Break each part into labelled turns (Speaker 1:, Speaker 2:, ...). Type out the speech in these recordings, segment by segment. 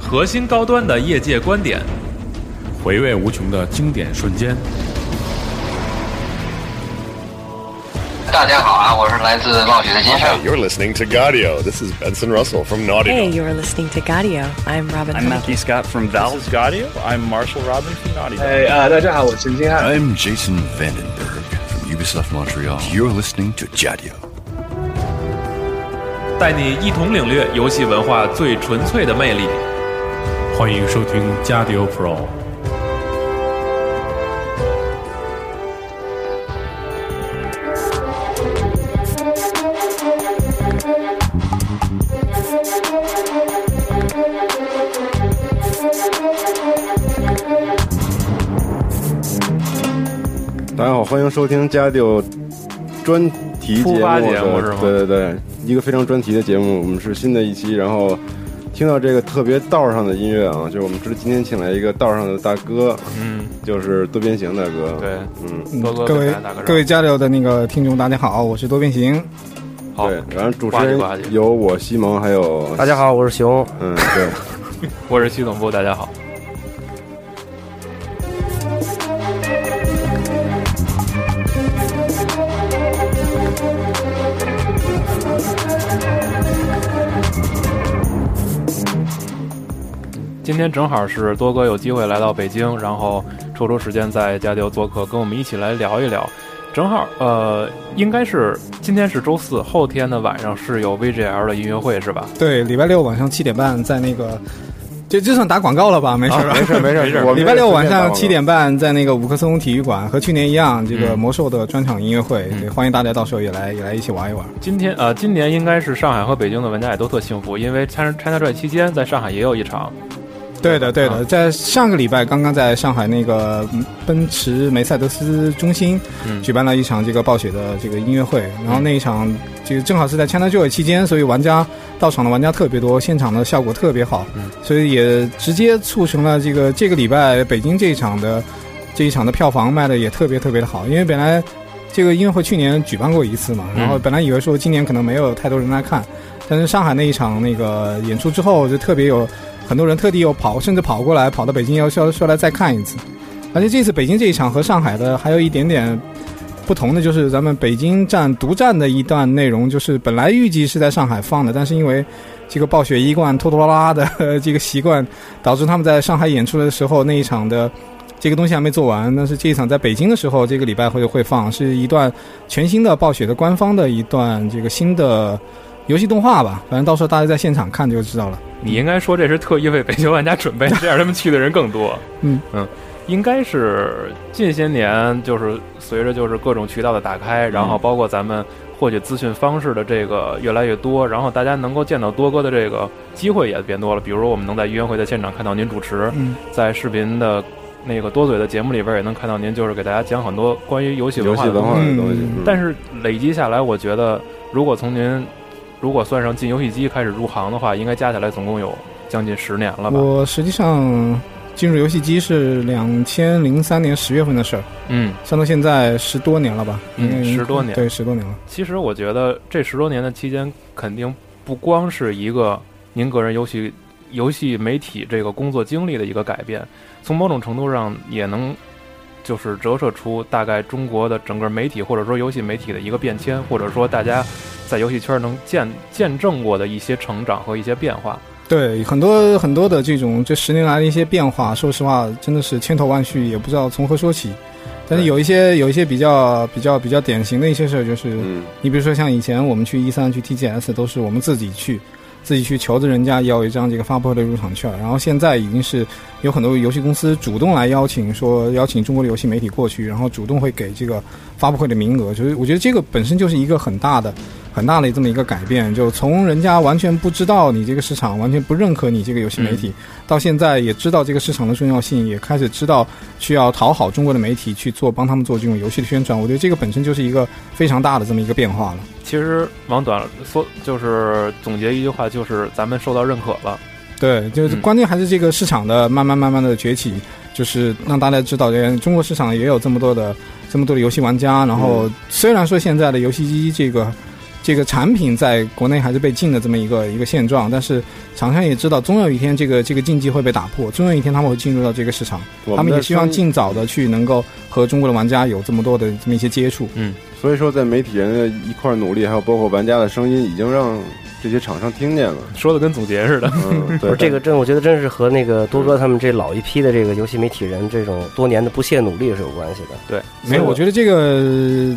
Speaker 1: 核心高端的业界观点，
Speaker 2: 回味无穷的经典瞬间。
Speaker 3: 大家好啊，我是来自暴雪的金少。
Speaker 4: Hi, you're listening to Gaudio. This is Benson Russell from Naughty
Speaker 5: Hey,
Speaker 4: Dog.
Speaker 5: you're listening to Gaudio. I'm Robin.
Speaker 6: I'm Matthew Scott from Valve.
Speaker 7: Gaudio. I'm Marshall Robin from Naughty Dog.
Speaker 8: 哎啊、大家好，我陈金汉。
Speaker 9: I'm Jason Vandenberg from Ubisoft Montreal. You're listening to Jadio.
Speaker 1: 带你一同领略游戏文化最纯粹的魅力。
Speaker 2: 欢迎收听《加迪欧 Pro》。
Speaker 10: 大家好，欢迎收听家丢专题节目
Speaker 1: 突发节目
Speaker 10: 的
Speaker 1: 是吗
Speaker 10: 对对对，一个非常专题的节目，我们是新的一期，然后听到这个特别道上的音乐啊，就是我们知今天请来一个道上的大哥，
Speaker 1: 嗯，
Speaker 10: 就是多边形大哥，
Speaker 1: 对，
Speaker 10: 嗯，
Speaker 1: 多多
Speaker 11: 各
Speaker 1: 给
Speaker 11: 位
Speaker 1: 大家打个招呼
Speaker 11: 各位加六的那个听众，大家好，我是多变形。
Speaker 1: 好，
Speaker 10: 对，然后主
Speaker 1: 呱
Speaker 10: 持
Speaker 1: 唧
Speaker 10: 人
Speaker 1: 啊呱唧
Speaker 10: 有我西蒙，还有
Speaker 6: 大家好，我是熊。
Speaker 10: 嗯，对，
Speaker 1: 我是系统部，大家好。今天正好是多哥有机会来到北京，然后抽出时间在家丢做客，跟我们一起来聊一聊。正好，呃，应该是今天是周四，后天的晚上是有 VGL 的音乐会是吧？
Speaker 11: 对，礼拜六晚上七点半在那个，这这算打广告了吧？没事
Speaker 1: 啊
Speaker 11: 吧？
Speaker 10: 没 事没事
Speaker 1: 没事
Speaker 10: 我们
Speaker 11: 礼拜六晚上
Speaker 10: 这
Speaker 11: 七
Speaker 10: 个
Speaker 11: 点半在那个五棵松体育馆，和去年一样，这个
Speaker 1: 嗯
Speaker 11: 魔兽的专场音乐会，
Speaker 1: 嗯
Speaker 11: 对，欢迎大家到时候也来也来一起玩一玩。
Speaker 1: 今天呃，今年应该是上海和北京的玩家也都特幸福，因为 China China Joy 期间在上海也有一场，
Speaker 11: 对的，对
Speaker 1: 啊
Speaker 11: 的，在上个礼拜刚刚在上海那个嗯奔驰梅赛德斯中心
Speaker 1: 嗯
Speaker 11: 举办了一场这个暴雪的这个音乐会，然后那一场这个正好是在 ChinaJoy 期间，所以玩家到场的玩家特别多，现场的效果特别好，
Speaker 1: 嗯
Speaker 11: 所以也直接促成了这个这个礼拜北京这一场的这一场的票房卖的也特别特别的好，因为本来这个音乐会去年举办过一次嘛，
Speaker 1: 嗯
Speaker 11: 然后本来以为说今年可能没有太多人来看，但是上海那一场那个演出之后，就特别有很多人特地又跑，甚至跑过来跑到北京要说说来再看一次。而且这次北京这一场和上海的还有一点点不同的，就是咱们北京站独占的一段内容，就是本来预计是在上海放的，但是因为这个暴雪一贯拖拖拉拉的呃这个习惯，导致他们在上海演出的时候那一场的这个东西还没做完。但是这一场在北京的时候，这个礼拜会会放，是一段全新的暴雪的官方的一段这个新的游戏动画吧，反正到时候大家在现场看就知道了。
Speaker 1: 你应该说这是特意为北京玩家准备，这样他们去的人更多。
Speaker 11: 嗯
Speaker 1: 嗯，应该是近些年就是随着就是各种渠道的打开，然
Speaker 10: 嗯
Speaker 1: 后包括咱们获取资讯方式的这个越来越多，然后大家能够见到多哥的这个机会也变多了。比如我们能在音乐会的现场看到您主持，
Speaker 11: 嗯，
Speaker 1: 在视频的那个多嘴的节目里边也能看到您，就是给大家讲很多关于游戏文
Speaker 10: 游
Speaker 1: 化
Speaker 10: 戏
Speaker 1: 的
Speaker 10: 文
Speaker 1: 东西
Speaker 10: 化的东西
Speaker 11: 嗯，
Speaker 10: 嗯
Speaker 1: 但是累积下来，我觉得如果从您如果算上进游戏机开始入行的话，应该加起来总共有将近十年了吧？
Speaker 11: 我实际上进入游戏机是两千零三年十月份的事儿，
Speaker 1: 嗯，
Speaker 11: 算到现在十多年了吧？
Speaker 1: 嗯
Speaker 11: 应该
Speaker 1: 十多年
Speaker 11: 对，十多年了。
Speaker 1: 其实我觉得这十多年的期间，肯定不光是一个您个人游戏游戏媒体这个工作经历的一个改变，从某种程度上也能。就是折射出大概中国的整个媒体或者说游戏媒体的一个变迁，或者说大家在游戏圈能见见证过的一些成长和一些变化。
Speaker 11: 对，很多很多的这种这十年来的一些变化，说实话，真的是千头万绪，也不知道从何说起。但是有一些有一些比较比较比较典型的一些事儿，就是、
Speaker 10: 嗯，
Speaker 11: 你比如说像以前我们去一三去 TGS 都是我们自己去，自己去求着人家要一张这个发布会的入场券，然后现在已经是有很多游戏公司主动来邀请说邀请中国的游戏媒体过去，然后主动会给这个发布会的名额，就是我觉得这个本身就是一个很大的 很大的这么一个改变，就从人家完全不知道你这个市场，完全不认可你这个游戏媒体，到现在也知道这个市场的重要性，也开始知道需要讨好中国的媒体去做帮他们做这种游戏的宣传，我觉得这个本身就是一个非常大的这么一个变化了。
Speaker 1: 其实往短了说，就是总结一句话，就是咱们受到认可了。
Speaker 11: 对，就是
Speaker 1: 嗯
Speaker 11: 关键还是这个市场的慢慢慢慢的崛起，就是让大家知道，原来中国市
Speaker 10: 嗯
Speaker 11: 场也有这么多的这么多的游戏玩家。然后虽然说现在的游戏机这个。这个产品在国内还是被禁的这么一个一个现状。但是厂商也知道，总有一天这个这个禁忌会被打破，总有一天他们会进入到这个市场。
Speaker 10: 我
Speaker 11: 他
Speaker 10: 们
Speaker 11: 们也
Speaker 10: 的
Speaker 11: 希望
Speaker 10: 生意
Speaker 11: 尽早的去能够和中国的玩家有这么多的这么一些接触。
Speaker 10: 所以说，在媒体人的一块儿努力，还有包括玩家的声音，已经让这些厂商听见了。
Speaker 1: 说的跟总结似的。
Speaker 10: 嗯，
Speaker 8: 不
Speaker 10: 对，
Speaker 8: 是这个真，我觉得真是和那个多哥他们这老一批的这个游戏媒体人这种多年的不懈努力是有关系的。
Speaker 1: 对，
Speaker 11: 没有，我觉得这个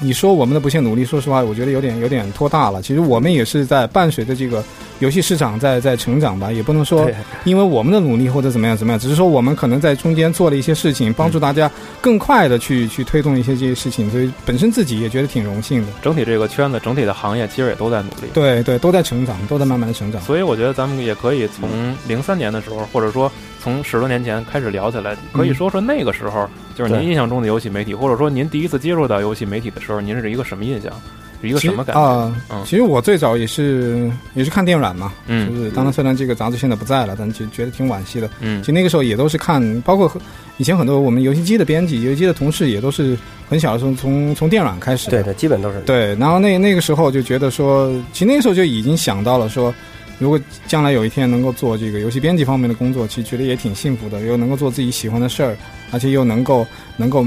Speaker 11: 你说我们的不懈努力，说实话，我觉得有点有点拖大了。其实我们也是在伴随着这个游戏市场在在成长吧，也不能说
Speaker 8: 对
Speaker 11: 因为我们的努力或者怎么样怎么样，只是说我们可能在中间做了一些事情，帮助大家更快的去去推动一些这些事情，所以本身自己也觉得挺荣幸的。
Speaker 1: 整体这个圈子、整体的行业其实也都在努力。
Speaker 11: 对对，都在成长，都在慢慢的成长。
Speaker 1: 所以我觉得咱们也可以从零三年的时候，或者说从十多年前开始聊起来，可以说说那个时候，就是您
Speaker 8: 对
Speaker 1: 印象中的游戏媒体，或者说您第一次接触到游戏媒体的时候，您是一个什么印象？是一个
Speaker 11: 其
Speaker 1: 什
Speaker 11: 实
Speaker 1: 么感觉？
Speaker 11: 啊、
Speaker 1: 嗯
Speaker 11: 其实我最早也是也是看电软嘛，就
Speaker 1: 嗯
Speaker 11: 是当然虽然这个杂志现在不在了，但就觉得挺惋惜的。
Speaker 1: 嗯
Speaker 11: 其实那个时候也都是看，包括和以前很多我们游戏机的编辑、游戏机的同事，也都是很小的时候从从电软开始
Speaker 8: 对
Speaker 11: 的。
Speaker 8: 对，基本都是。
Speaker 11: 对，然后那那个时候就觉得说，其实那个时候就已经想到了说，如果将来有一天能够做这个游戏编辑方面的工作，其实觉得也挺幸福的，又能够做自己喜欢的事儿，而且又能够能够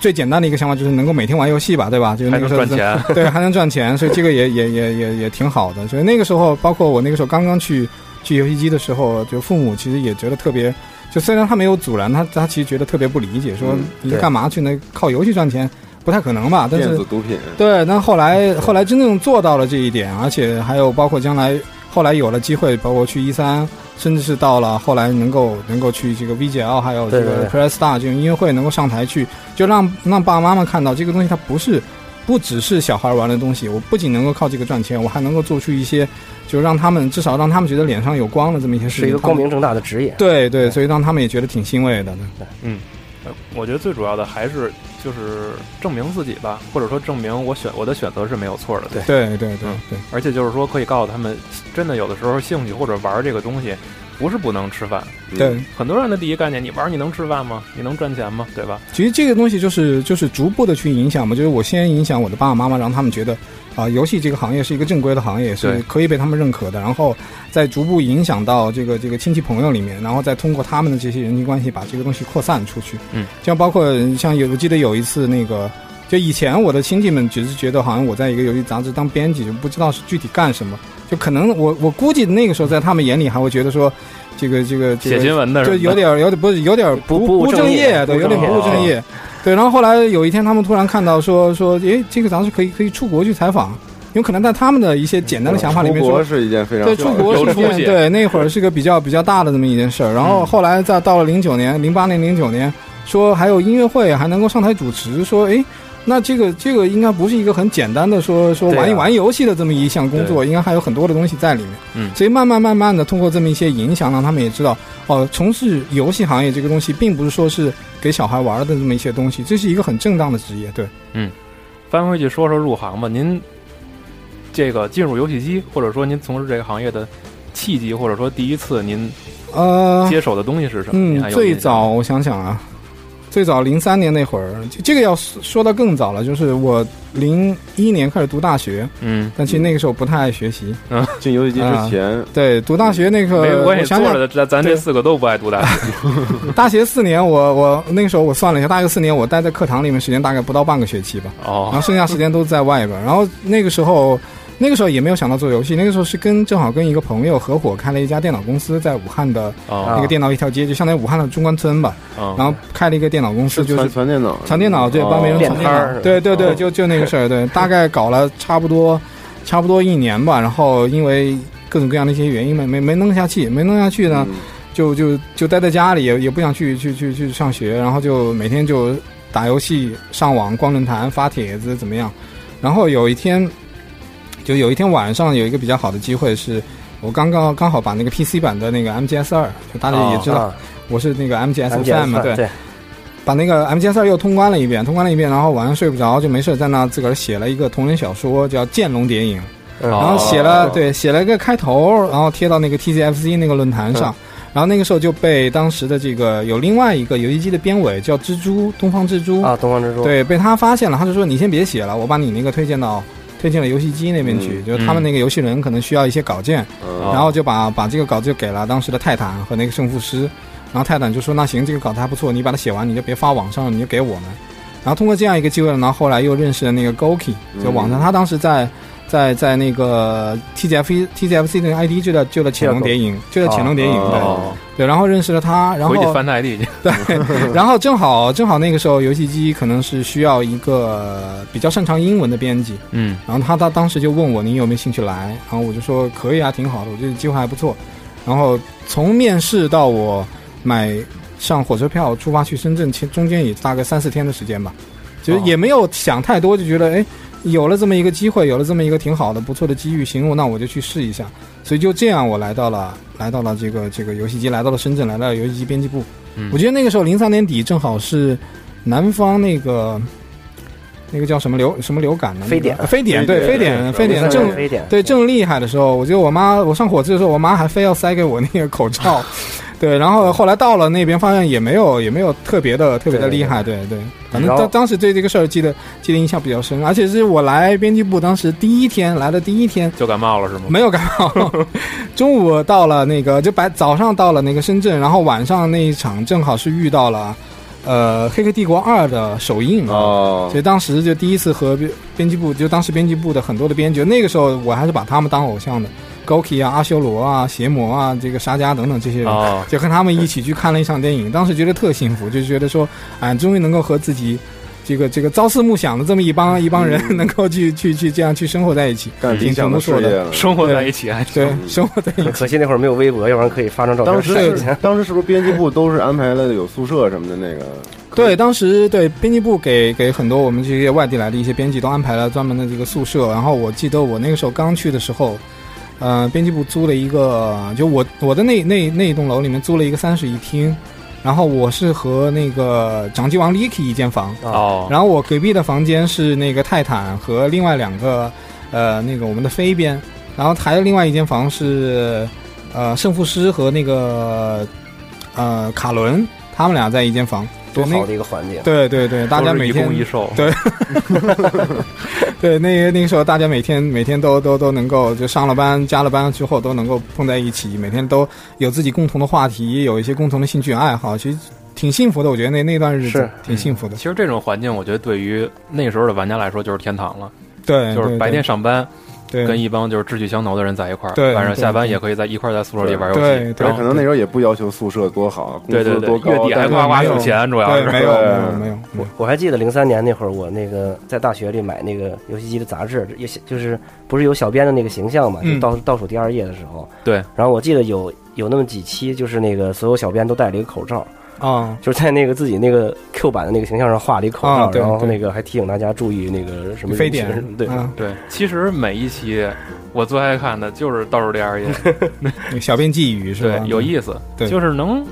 Speaker 11: 最简单的一个想法就是能够每天玩游戏吧，对吧？就是
Speaker 1: 嗯还能
Speaker 11: 那个时候
Speaker 1: 赚
Speaker 11: 在
Speaker 1: 钱，
Speaker 11: 对，还能赚钱，所以这个也也也也也挺好的。所以那个时候，包括我那个时候刚刚去去游戏机的时候，就父母其实也觉得特别，就虽然他没有阻拦，他他其实觉得特别不理解，说
Speaker 10: 嗯
Speaker 11: 你
Speaker 8: 对
Speaker 11: 干嘛去那靠游戏赚钱，不太可能吧？但
Speaker 10: 电
Speaker 11: 是
Speaker 10: 子毒品，
Speaker 11: 对，那后
Speaker 8: 嗯
Speaker 11: 来后来真正做到了这一点，而且还有包括将来后来有了机会，包括去一三，甚至是到了后来能够能够去这个 VGL 还有这个
Speaker 8: 对对
Speaker 11: Press Star 这种音乐会能够上台去，就让让爸爸妈妈看到这个东西它不是。不只是小孩玩的东西，我不仅能够靠这个赚钱，我还能够做出一些，就让他们至少让他们觉得脸上有光的这么一些事情。
Speaker 8: 是一个光
Speaker 11: 他们。
Speaker 8: 明正大的职业。
Speaker 11: 对对，
Speaker 8: 对
Speaker 11: 所以让他们也觉得挺欣慰的。
Speaker 1: 我觉得最主要的还是就是证明自己吧，或者说证明我选我的选择是没有错的。
Speaker 8: 对
Speaker 11: 对对对对
Speaker 1: 嗯而且就是说可以告诉他们，真的有的时候兴趣或者玩这个东西，不是不能吃饭。
Speaker 10: 嗯
Speaker 11: 对，
Speaker 1: 很多人的第一概念，你玩你能吃饭吗？你能赚钱吗？对吧？
Speaker 11: 其实这个东西就是就是逐步的去影响嘛，就是我先影响我的爸爸妈妈，让他们觉得啊、游戏这个行业是一个正规的行业，是
Speaker 1: 对
Speaker 11: 可以被他们认可的，然后再逐步影响到这个这个亲戚朋友里面，然后再通过他们的这些人际关系把这个东西扩散出去。
Speaker 1: 嗯，
Speaker 11: 像包括像有我记得有一次那个。就以前我的亲戚们只是觉得好像我在一个游戏杂志当编辑，就不知道是具体干什么。就可能我我估计那个时候在他们眼里还会觉得说，这个这个这
Speaker 1: 写
Speaker 11: 个
Speaker 1: 新闻的
Speaker 11: 就有点有点不是有点
Speaker 8: 不
Speaker 11: 不
Speaker 8: 不务正
Speaker 11: 正
Speaker 8: 业
Speaker 11: 业，对，
Speaker 8: 不
Speaker 11: 有
Speaker 8: 务
Speaker 11: 点
Speaker 8: 正
Speaker 11: 不务
Speaker 8: 业啊
Speaker 11: 正业。对，然后后来有一天，他们突然看到说说，诶，这个杂志可以可以出国去采访，有可能在他们的一些简单的想法里面
Speaker 10: 出
Speaker 11: 说
Speaker 10: 国，是一件非常
Speaker 11: 对，
Speaker 10: 好
Speaker 11: 出
Speaker 10: 的
Speaker 11: 国
Speaker 1: 有
Speaker 11: 是
Speaker 1: 出
Speaker 11: 件
Speaker 1: 息
Speaker 11: 对那会儿是个比较比较大的这么一件事儿。然后后来再到了零九年、零八年、零九年，说还有音乐会还能够上台主持，说诶，那这个这个应该不是一个很简单的说说
Speaker 8: 对啊
Speaker 11: 玩一玩游戏的这么一项工作，应该还有很多的东西在里面。
Speaker 1: 嗯
Speaker 11: 所以慢慢慢慢的通过这么一些影响，让他们也知道哦，从事游戏行业这个东西，并不是说是给小孩玩的这么一些东西，这是一个很正当的职业。对，
Speaker 1: 翻回去说说入行吧，您这个进入游戏机，或者说您从事这个行业的契机，或者说第一次您
Speaker 11: 呃，
Speaker 1: 接手的东西是什么？您
Speaker 11: 嗯
Speaker 1: 还，有
Speaker 11: 最
Speaker 1: 印象
Speaker 11: 早
Speaker 1: 吗
Speaker 11: 我想想啊，最早零三年那会儿，这这个要说说到更早了，就是我零一年开始读大学，
Speaker 1: 嗯，
Speaker 11: 但其实那个时候不太爱学习。
Speaker 10: 进游戏机
Speaker 11: 啊
Speaker 10: 之前，
Speaker 11: 对，读大学那
Speaker 1: 没
Speaker 11: 个，
Speaker 1: 关
Speaker 11: 我
Speaker 1: 系，
Speaker 11: 想
Speaker 1: 坐
Speaker 11: 想，
Speaker 1: 着的咱咱这
Speaker 11: 对
Speaker 1: 四个都不爱读大学，
Speaker 11: 大学四年我，我那个时候我算了一下，大学四年我待在课堂里面时间大概不到半个学期吧，然
Speaker 1: 哦
Speaker 11: 后，剩下时间都在外边儿。然后那个时候，那个时候也没有想到做游戏，那个时候是跟正好跟一个朋友合伙开了一家电脑公司，在武汉的
Speaker 1: 哦，
Speaker 11: 那个电脑一条街，就相当于武汉的中关村吧。
Speaker 1: 嗯
Speaker 11: 然后开了一个电脑公司，
Speaker 10: 是
Speaker 11: 就是
Speaker 10: 传传电脑，嗯
Speaker 11: 传电脑对，帮别人
Speaker 8: 练
Speaker 11: 传电
Speaker 8: 哦摊
Speaker 11: 脑
Speaker 8: 儿
Speaker 11: 对对对，
Speaker 8: 哦
Speaker 11: 就就那个事儿， 对，大概搞了差不多差不多一年吧，然后因为各种各样的一些原因没没没弄下去，没弄下去呢，
Speaker 10: 嗯
Speaker 11: 就就就待在家里，也也不想去去去去上学，然后就每天就打游戏、上网、逛论坛、发帖子怎么样？然后有一天，就有一天晚上有一个比较好的机会是。我刚刚刚好把那个 PC 版的那个 MGS 二，就大家也知道
Speaker 8: 啊，
Speaker 11: 我是那个 MGS
Speaker 8: 咱们
Speaker 11: fan 嘛，对，
Speaker 8: 对，
Speaker 11: 把那个 MGS 二又通关了一遍，通关了一遍，然后晚上睡不着，就没事在那自个儿写了一个同人小说，叫《剑龙谍影》，
Speaker 8: 嗯
Speaker 11: 然后写了、对写了一个开头，然后贴到那个 TGFC 那个论坛上，然后那个时候就被当时的这个有另外一个游戏机的编委叫蜘蛛东方蜘蛛，
Speaker 8: 啊，东方之珠，
Speaker 11: 对被他发现了，他就说你先别写了，我把你那个推荐到。推进了游戏机那边去，就是他们那个游戏人可能需要一些稿件，
Speaker 1: 嗯
Speaker 11: 然后就把把这个稿子就给了当时的泰坦和那个胜负师，然后泰坦就说那行，这个稿子还不错，你把它写完你就别发网上了，你就给我们。然后通过这样一个机会呢，然后后来又认识了那个 Goki，就
Speaker 1: 嗯
Speaker 11: 网上他当时在在在那个 TGF TGFC E 那个 ID 就叫就叫潜龙谍影，就叫潜龙谍影，对
Speaker 1: 哦
Speaker 11: 对，然后认识了他，然后
Speaker 1: 回去翻他 ID 去。
Speaker 11: 然后正好正好那个时候游戏机可能是需要一个呃比较擅长英文的编辑，
Speaker 1: 嗯，
Speaker 11: 然后他他当时就问我你有没有兴趣来，然后我就说可以啊，挺好的，我觉得机会还不错。然后从面试到我买上火车票出发去深圳，其中间也大概三四天的时间吧，就是也没有想太多，就觉得哎，有了这么一个机会，有了这么一个挺好的不错的机遇，行，我那我就去试一下。所以就这样，我来到了来到了这个这个游戏机，来到了深圳，来到了游戏机编辑部。
Speaker 1: 嗯
Speaker 11: 我记得那个时候零三年底正好是南方那个那个叫什么流什么流感呢？那个
Speaker 8: 非典
Speaker 11: 呃非典对非
Speaker 10: 非
Speaker 11: 典
Speaker 10: 典
Speaker 11: 非典正
Speaker 8: 非典
Speaker 11: 对正厉害的时候，我觉得我妈我上火车的时候，我妈还非要塞给我那个口罩， 对，然后后来到了那边发现也没有也没有特别的特别的
Speaker 8: 对对
Speaker 11: 厉害，对对，反正
Speaker 8: 然后
Speaker 11: 当当时对这个事儿记得记得印象比较深，而且是我来编辑部当时第一天来的第一天，
Speaker 1: 就感冒了是吗？
Speaker 11: 没有感冒。中午到了那个，就白早上到了那个深圳，然后晚上那一场正好是遇到了，呃，《黑客帝国二》的首映
Speaker 10: 哦
Speaker 11: 所以当时就第一次和编编辑部，就当时编辑部的很多的编剧，那个时候我还是把他们当偶像的，Goki 啊、阿修罗啊、邪魔啊、这个沙加等等这些人，
Speaker 1: 哦，
Speaker 11: 就跟他们一起去看了一场电影，当时觉得特幸福，就觉得说，啊，终于能够和自己这个这个朝思暮想的这么一帮一帮人， 能够去去去这样去生活在一起，
Speaker 10: 干理
Speaker 11: 挺挺
Speaker 10: 想
Speaker 11: 不
Speaker 10: 的
Speaker 11: 错
Speaker 10: 事业了。
Speaker 1: 生活在一起还
Speaker 11: 对，生活在一起。
Speaker 8: 可惜那会儿没有微博，要不然可以发张照片
Speaker 10: 当时
Speaker 8: 晒一
Speaker 10: 是
Speaker 8: 下。
Speaker 10: 当时是不是编辑部都是安排了有宿舍什么的那个？
Speaker 11: 对，当时对编辑部给给很多我们这些外地来的一些编辑都安排了专门的这个宿舍。然后我记得我那个时候刚去的时候，呃，编辑部租了一个，就我我的那那那一栋楼里面租了一个三室一厅，然后我是和那个掌机王 Licky 一间房，
Speaker 1: 哦，
Speaker 11: 然后我隔壁的房间是那个泰坦和另外两个，呃，那个我们的飞边，然后还有另外一间房是，呃，胜负师和那个，呃，卡伦，他们俩在一间房，
Speaker 8: 多
Speaker 11: 对那
Speaker 8: 好的一个环境，
Speaker 11: 对对对，大家
Speaker 1: 都是
Speaker 11: 每
Speaker 1: 一
Speaker 11: 天
Speaker 1: 攻一受，
Speaker 11: 对对那个那个时候，大家每天每天都都都能够就上了班、加了班之后都能够碰在一起，每天都有自己共同的话题，有一些共同的兴趣爱好，其实挺幸福的。我觉得那那段日子
Speaker 8: 是
Speaker 11: 挺幸福的
Speaker 1: 其。实这种环境，我觉得对于那时候的玩家来说就是天堂了，
Speaker 11: 对，
Speaker 1: 就是
Speaker 11: 嗯对
Speaker 1: 白天上班
Speaker 11: 对
Speaker 1: 跟一帮就是志趣相投的人在一块儿，
Speaker 11: 对
Speaker 1: 晚上
Speaker 11: 对
Speaker 1: 下班
Speaker 11: 对
Speaker 1: 也可以在一块儿在宿舍里玩游
Speaker 11: 对
Speaker 1: 戏，
Speaker 11: 对
Speaker 10: 但
Speaker 1: 然
Speaker 10: 是可
Speaker 1: 后
Speaker 10: 能那时候也不要求宿舍多好，工
Speaker 1: 对对
Speaker 10: 资
Speaker 1: 对
Speaker 10: 多，高，
Speaker 1: 月底还
Speaker 10: 但是
Speaker 1: 呱呱
Speaker 11: 没有
Speaker 1: 有钱，主要
Speaker 11: 对
Speaker 1: 是
Speaker 11: 没有没有
Speaker 10: 对
Speaker 11: 没有没有
Speaker 8: 我还记得零三年那会儿，我那个在大学里买那个游戏机的杂志，也就是不是有小编的那个形象嘛，
Speaker 11: 嗯
Speaker 8: 就倒倒数第二页的时候。
Speaker 1: 对。
Speaker 8: 然后我记得有有那么几期，就是那个所有小编都戴了一个口罩，
Speaker 11: 啊。
Speaker 8: 就是在那个自己那个 Q 版的那个形象上画了一口罩，
Speaker 11: 啊对
Speaker 8: 然后
Speaker 11: 对
Speaker 8: 那个还提醒大家注意那个什么
Speaker 11: 非典
Speaker 8: 人群对。
Speaker 11: 啊，
Speaker 1: 对，其实每一期我最爱看的就是倒数第 二页，
Speaker 11: 那个小编寄语是
Speaker 1: 对
Speaker 11: 吧？，
Speaker 1: 有意思，
Speaker 11: 对
Speaker 1: 就是能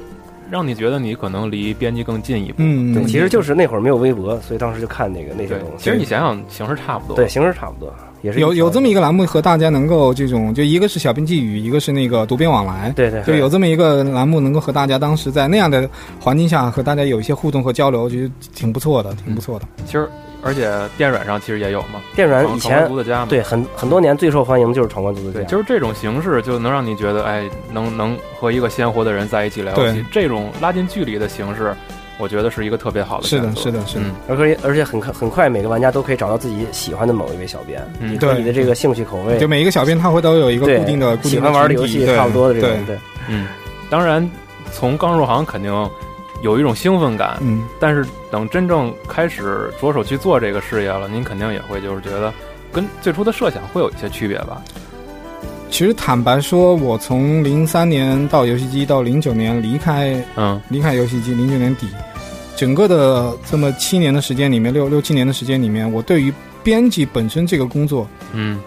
Speaker 1: 让你觉得你可能离编辑更近一步。
Speaker 11: 嗯，
Speaker 8: 对，
Speaker 11: 嗯
Speaker 8: 其实就是那会儿没有微博，所以当时就看那个那些
Speaker 1: 对
Speaker 8: 东，西。
Speaker 1: 其实你想想，形式差不多。
Speaker 8: 对，形式差不多，也是
Speaker 11: 有有这么一
Speaker 8: 个
Speaker 11: 个栏目和大家能够这种，就一个是小编寄语，一个是那个读编往来，
Speaker 8: 对对
Speaker 11: 就有这么一个栏目，能够和大家当时在那样的环境下和大家有一些互动和交流，觉得挺不错的，挺不错的。
Speaker 1: 其实而且电软上其实也有嘛，
Speaker 8: 电软以
Speaker 1: 闯关
Speaker 8: 前
Speaker 1: 族的家嘛，
Speaker 8: 对很很多年最受欢迎的就是闯关族的
Speaker 1: 对，
Speaker 8: 家，
Speaker 1: 就是这种形式就能让你觉得，哎，能能和一个鲜活的人在一起聊游戏
Speaker 11: 对，
Speaker 1: 这种拉近距离的形式，我觉得是一个特别好的
Speaker 11: 是
Speaker 1: 选择。
Speaker 11: 的，是的，是的，
Speaker 1: 嗯
Speaker 8: 而且而且很快很快，每个玩家都可以找到自己喜欢的某一位小编，
Speaker 1: 嗯
Speaker 8: 和你的这个兴趣口味，
Speaker 11: 就每一个小编他会都有一个
Speaker 8: 对
Speaker 11: 固定的固
Speaker 8: 喜
Speaker 11: 定
Speaker 8: 欢玩的
Speaker 11: 群
Speaker 8: 游
Speaker 11: 体
Speaker 8: 戏
Speaker 11: 对
Speaker 8: 差不多的这
Speaker 11: 对
Speaker 8: 种，，对，
Speaker 1: 嗯，当然从刚入行肯定有一种兴奋感，
Speaker 11: 嗯，
Speaker 1: 但是等真正开始着手去做这个事业了，您肯定也会就是觉得跟最初的设想会有一些区别吧？
Speaker 11: 其实坦白说，我从零三年到游戏机到零九年离开
Speaker 1: 嗯，
Speaker 11: 离开游戏机，零九年底，整个的这么七年的时间里面，六六七年的时间里面，我对于编辑本身这个工作
Speaker 1: 嗯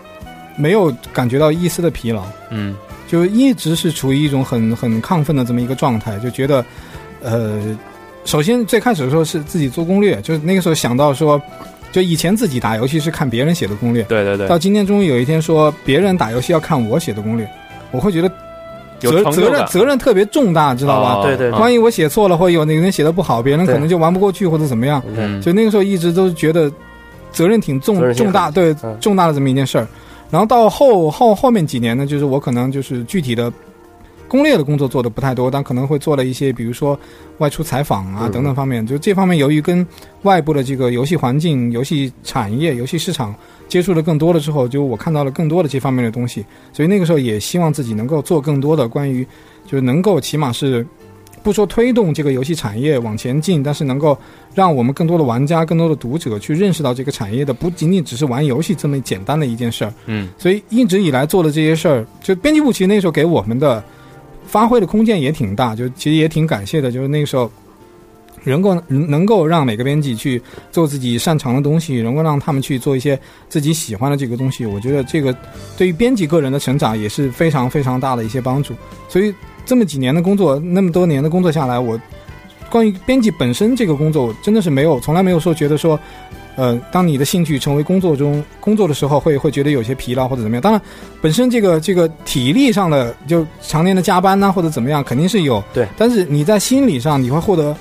Speaker 11: 没有感觉到一丝的疲劳，
Speaker 1: 嗯
Speaker 11: 就一直是处于一种很很亢奋的这么一个状态，就觉得，呃，首先最开始的时候是自己做攻略，就是那个时候想到说，就以前自己打游戏是看别人写的攻略，
Speaker 1: 对对对，
Speaker 11: 到今天终于有一天说别人打游戏要看我写的攻略，我会觉得
Speaker 1: 有
Speaker 11: 责
Speaker 1: 成就
Speaker 11: 责任
Speaker 1: 感
Speaker 11: 责任特别重大，知道吧？
Speaker 1: 哦
Speaker 8: 对对
Speaker 1: 嗯
Speaker 11: 万一我写错了，或者有哪个人写的不好，别人可能就玩不过去或者怎么样。
Speaker 8: 对
Speaker 1: 嗯，
Speaker 11: 所以那个时候一直都觉得责任挺重
Speaker 8: 责任心
Speaker 11: 重大，
Speaker 8: 很
Speaker 11: 对
Speaker 8: 嗯
Speaker 11: 重大的这么一件事儿。然后到后后后面几年呢，就是我可能就是具体的攻略的工作做的不太多，但可能会做了一些，比如说外出采访啊
Speaker 10: 嗯
Speaker 11: 等等方面。就这方面，由于跟外部的这个游戏环境、游戏产业、游戏市场接触的更多了之后，就我看到了更多的这方面的东西，所以那个时候也希望自己能够做更多的关于，就是能够起码是。不说推动这个游戏产业往前进，但是能够让我们更多的玩家、更多的读者去认识到这个产业的不仅仅只是玩游戏这么简单的一件事儿。
Speaker 1: 嗯，
Speaker 11: 所以一直以来做的这些事儿，就编辑部其实那时候给我们的发挥的空间也挺大，就其实也挺感谢的，就是那个时候。能够能够让每个编辑去做自己擅长的东西，能够让他们去做一些自己喜欢的这个东西，我觉得这个对于编辑个人的成长也是非常非常大的一些帮助。所以这么几年的工作，那么多年的工作下来，我关于编辑本身这个工作，我真的是没有从来没有说觉得说呃，当你的兴趣成为工作中工作的时候会，会觉得有些疲劳或者怎么样。当然，本身这个这个体力上的就常年的加班呐、或者怎么样，肯定是有。
Speaker 8: 对，
Speaker 11: 但是你在心理上你会获得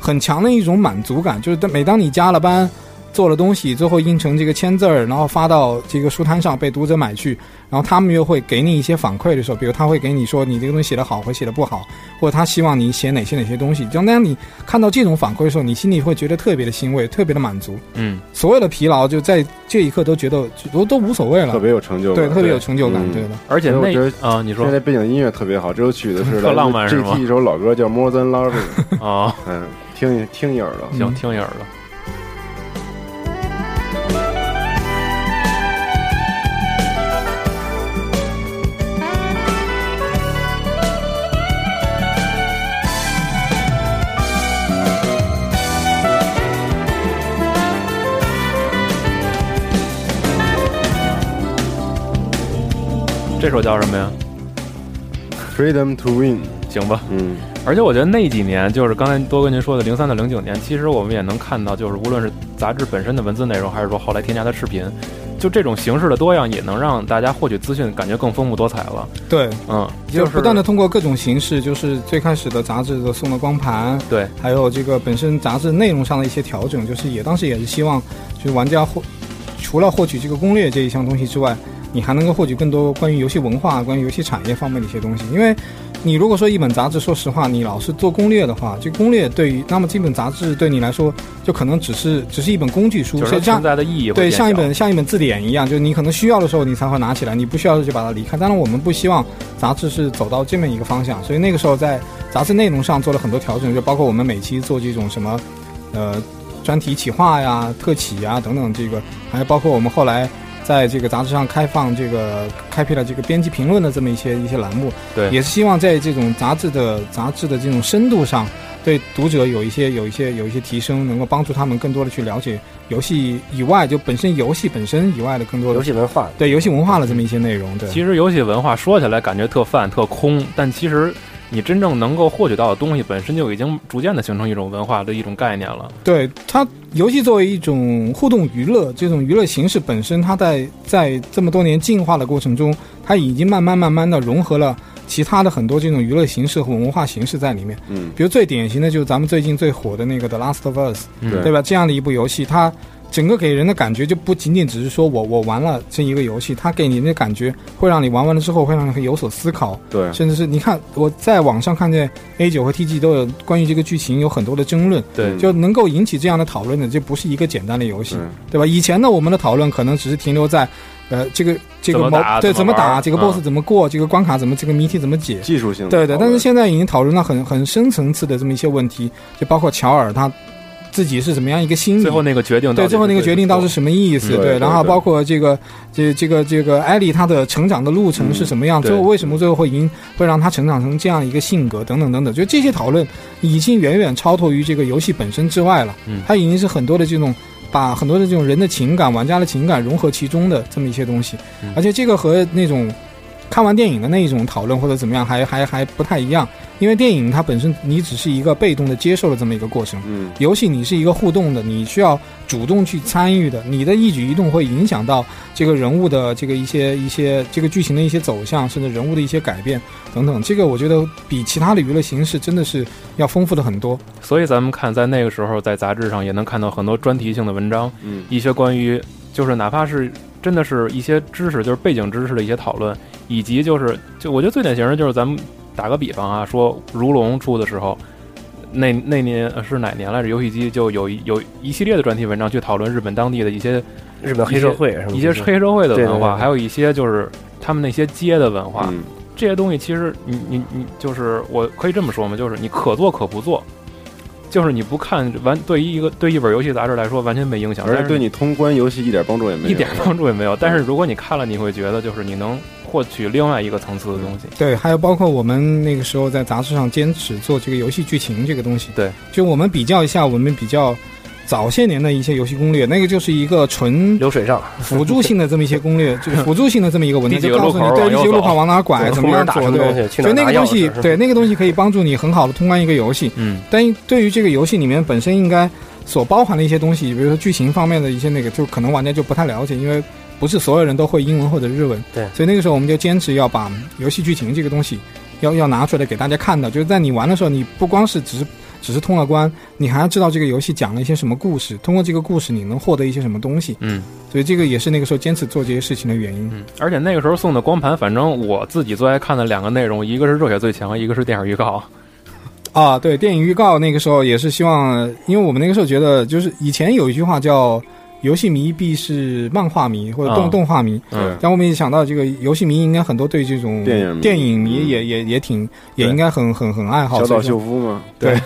Speaker 11: 很强的一种满足感，就是当每当你加了班。做了东西，最后印成这个签字儿，然后发到这个书摊上被读者买去，然后他们又会给你一些反馈的时候，比如他会给你说你这个东西写得好或写得不好，或者他希望你写哪些哪些东西。就当你看到这种反馈的时候，你心里会觉得特别的欣慰，特别的满足。
Speaker 1: 嗯，
Speaker 11: 所有的疲劳就在这一刻都觉得都都无所谓了，
Speaker 10: 特别有成就
Speaker 11: 对，
Speaker 10: 感，
Speaker 11: 特别有成就感，
Speaker 10: 嗯
Speaker 11: 对的。
Speaker 1: 而且
Speaker 10: 所以我
Speaker 1: 那
Speaker 10: 觉得
Speaker 1: 啊、你说
Speaker 10: 现在背景音乐特别好，这首曲子是
Speaker 1: 特
Speaker 10: 来
Speaker 1: 浪漫
Speaker 10: 自
Speaker 1: 是吗
Speaker 10: GT 一首老歌叫《More Than Loving》，
Speaker 1: 啊、
Speaker 10: 嗯，听一听一耳 朵。
Speaker 1: 行，
Speaker 11: 嗯
Speaker 1: 听一耳朵。这首叫什么呀？
Speaker 10: Freedom to Win，
Speaker 1: 行吧，
Speaker 10: 嗯，
Speaker 1: 而且我觉得那几年，就是刚才多跟您说的零三到零九年，其实我们也能看到，就是无论是杂志本身的文字内容，还是说后来添加的视频，就这种形式的多样，也能让大家获取资讯感觉更丰富多彩了。
Speaker 11: 对，
Speaker 1: 嗯，
Speaker 11: 就是不断的通过各种形式，就是最开始的杂志的送的光盘，
Speaker 1: 对，
Speaker 11: 还有这个本身杂志内容上的一些调整，就是也当时也是希望，就是玩家获除了获取这个攻略这一项东西之外，你还能够获取更多关于游戏文化、关于游戏产业方面的一些东西。因为你如果说一本杂志，说实话，你老是做攻略的话，这攻略对于那么这本杂志对你来说，就可能只是只是一本工具书，
Speaker 1: 就是它
Speaker 11: 像
Speaker 1: 存在的意义会
Speaker 11: 对，
Speaker 1: 变小
Speaker 11: 像一本像一本字典一样，就是你可能需要的时候你才会拿起来，你不需要的就把它离开。当然，我们不希望杂志是走到这么一个方向，所以那个时候在杂志内容上做了很多调整，就包括我们每期做这种什么，呃，专题企划呀、特企呀等等，这个还包括我们后来在这个杂志上开放这个开辟了这个编辑评论的这么一些一些栏目，
Speaker 1: 对
Speaker 11: 也是希望在这种杂志的杂志的这种深度上，对读者有一些有一些有一些提升，能够帮助他们更多的去了解游戏以外，就本身游戏本身以外的更多
Speaker 8: 游
Speaker 11: 的
Speaker 8: 戏文化，
Speaker 11: 对游戏文化的这么一些内容，对，
Speaker 1: 其实游戏文化说起来感觉特泛特空，但其实你真正能够获取到的东西，本身就已经逐渐的形成一种文化的一种概念了。
Speaker 11: 对它游戏作为一种互动娱乐，这种娱乐形式本身，它在在这么多年进化的过程中，它已经慢慢慢慢的融合了其他的很多这种娱乐形式和文化形式在里面。
Speaker 10: 嗯，
Speaker 11: 比如最典型的就是咱们最近最火的那个《The Last of Us》，
Speaker 1: 嗯
Speaker 10: 对
Speaker 11: 对吧？这样的一部游戏，它整个给人的感觉就不仅仅只是说我我玩了这一个游戏，它给你的感觉会让你玩完了之后会让你有所思考，
Speaker 10: 对，
Speaker 11: 甚至是你看我在网上看见 A 九和 TG 都有关于这个剧情有很多的争论，
Speaker 1: 对
Speaker 11: 就能够引起这样的讨论的，这不是一个简单的游戏，
Speaker 10: 嗯
Speaker 11: 对吧？以前呢，我们的讨论可能只是停留在。呃，这个这
Speaker 1: 怎
Speaker 11: 个
Speaker 1: 么
Speaker 11: 某
Speaker 1: 打
Speaker 11: 对
Speaker 1: 怎
Speaker 11: 怎
Speaker 1: 么
Speaker 11: 么打
Speaker 1: 玩
Speaker 11: 这个
Speaker 1: 嗯
Speaker 11: BOSS 怎么过，这个关卡怎么这个谜题怎么解，
Speaker 10: 技术性的
Speaker 11: 对对，
Speaker 10: 讨
Speaker 11: 但
Speaker 10: 论
Speaker 11: 是现在已经讨论到很很深层次的这么一些问题，就包括乔尔他自己是怎么样一个心理，
Speaker 1: 最后那个决定到底
Speaker 11: 对
Speaker 1: 是
Speaker 11: 最后那个决定到底是什么意
Speaker 10: 嗯
Speaker 11: 思，
Speaker 10: 对对
Speaker 11: 然后
Speaker 10: 对
Speaker 11: 包括这个这这个这个艾莉她的成长的路程是什么样，
Speaker 1: 嗯对
Speaker 11: 最后为什么最后会赢，会让她成长成这样一个性格等等等等，就这些讨论已经远远超脱于这个游戏本身之外了，
Speaker 1: 嗯
Speaker 11: 它已经是很多的这种。把很多的这种人的情感、玩家的情感融合其中的这么一些东西，
Speaker 1: 嗯
Speaker 11: 而且这个和那种看完电影的那一种讨论或者怎么样，还还还不太一样。因为电影它本身你只是一个被动的接受了这么一个过程，
Speaker 10: 嗯，
Speaker 11: 游戏你是一个互动的，你需要主动去参与的，你的一举一动会影响到这个人物的这个一些一些这个剧情的一些走向，甚至人物的一些改变等等。这个我觉得比其他的娱乐形式真的是要丰富的很多。
Speaker 1: 所以咱们看，在那个时候，在杂志上也能看到很多专题性的文章，
Speaker 10: 嗯，
Speaker 1: 一些关于就是哪怕是真的是一些知识，就是背景知识的一些讨论，以及就是就我觉得最典型的就是咱们打个比方啊，说如龙出的时候，那那年呃是哪年来着？游戏机就有一有一系列的专题文章去讨论日本当地的一些
Speaker 8: 日本黑社会什么
Speaker 1: 一些黑社会的文化，还
Speaker 8: 有
Speaker 1: 有一些就是他们那些街的文化。
Speaker 10: 嗯
Speaker 1: 这些东西其实你你你就是我可以这么说嘛，就是你可做可不做，就是你不看完对于一个对一本游戏杂志来说完全没影响，
Speaker 10: 而
Speaker 1: 但
Speaker 10: 且
Speaker 1: 是
Speaker 10: 对你通关游戏一点帮助也没有，
Speaker 1: 一点帮助也没有。但是如果你看了，你会觉得就是你能获取另外一个层次的东西。
Speaker 11: 对，还有包括我们那个时候在杂志上坚持做这个游戏剧情这个东西。
Speaker 1: 对，
Speaker 11: 就我们比较一下，我们比较早些年的一些游戏攻略，那个就是一个纯
Speaker 8: 流水账，
Speaker 11: 辅助性的这么一些攻略，就是辅助性的这么一个 文章，
Speaker 1: 第几
Speaker 11: 就
Speaker 1: 个
Speaker 11: 告诉你
Speaker 1: 路口
Speaker 11: 对
Speaker 1: 往
Speaker 11: 第
Speaker 1: 右
Speaker 11: 几个路
Speaker 1: 走
Speaker 11: 口往哪拐，
Speaker 8: 对
Speaker 11: 怎么样
Speaker 8: 从哪
Speaker 11: 走，
Speaker 8: 儿打什么
Speaker 11: 对
Speaker 8: 东西去哪
Speaker 11: 就
Speaker 8: 儿
Speaker 11: 那个
Speaker 8: 拿
Speaker 11: 东
Speaker 8: 钥匙
Speaker 11: 西，
Speaker 8: 是
Speaker 11: 对那个东西可以帮助你很好的通关一个游戏。
Speaker 1: 嗯，
Speaker 11: 但对于这个游戏里面本身应该所包含的一些东西，比如说剧情方面的一些那个，就可能玩家就不太了解，因为不是所有人都会英文或者日文。
Speaker 8: 对
Speaker 11: 所以那个时候我们就坚持要把游戏剧情这个东西要要拿出来给大家看到，就是在你玩的时候，你不光是只是只是通了关，你还要知道这个游戏讲了一些什么故事，通过这个故事你能获得一些什么东西。
Speaker 1: 嗯，
Speaker 11: 所以这个也是那个时候坚持做这些事情的原因。
Speaker 1: 嗯，而且那个时候送的光盘，反正我自己最爱看的两个内容，一个是热血最强，一个是电影预告。
Speaker 11: 啊，对，电影预告那个时候也是希望，因为我们那个时候觉得，就是以前有一句话叫“游戏迷必是漫画迷或者动、
Speaker 1: 啊
Speaker 11: 动画迷”，
Speaker 1: 嗯，
Speaker 11: 但我们也想到这个游戏迷应该很多对这种
Speaker 10: 电影迷
Speaker 11: 迷
Speaker 10: 嗯
Speaker 11: 也、也也挺也
Speaker 10: 对
Speaker 11: 应该很很很爱好。
Speaker 10: 小
Speaker 11: 所以
Speaker 10: 岛
Speaker 11: 说
Speaker 10: 秀夫嘛，
Speaker 11: 对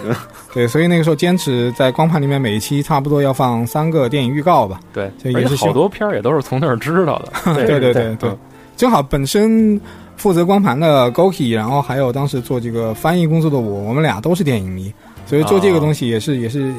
Speaker 11: 对，所以那个时候坚持在光盘里面每一期差不多要放三个电影预告吧。
Speaker 1: 对
Speaker 11: 这，
Speaker 1: 而
Speaker 11: 也
Speaker 1: 且
Speaker 11: 是希
Speaker 1: 好多片儿也都是从那儿知道的。
Speaker 8: 对
Speaker 11: 对
Speaker 8: 对
Speaker 11: 对对，正好本身负责光盘的 Goki，然后还有当时做这个翻译工作的我，我们俩都是电影迷，所以做这个东西也是、也是。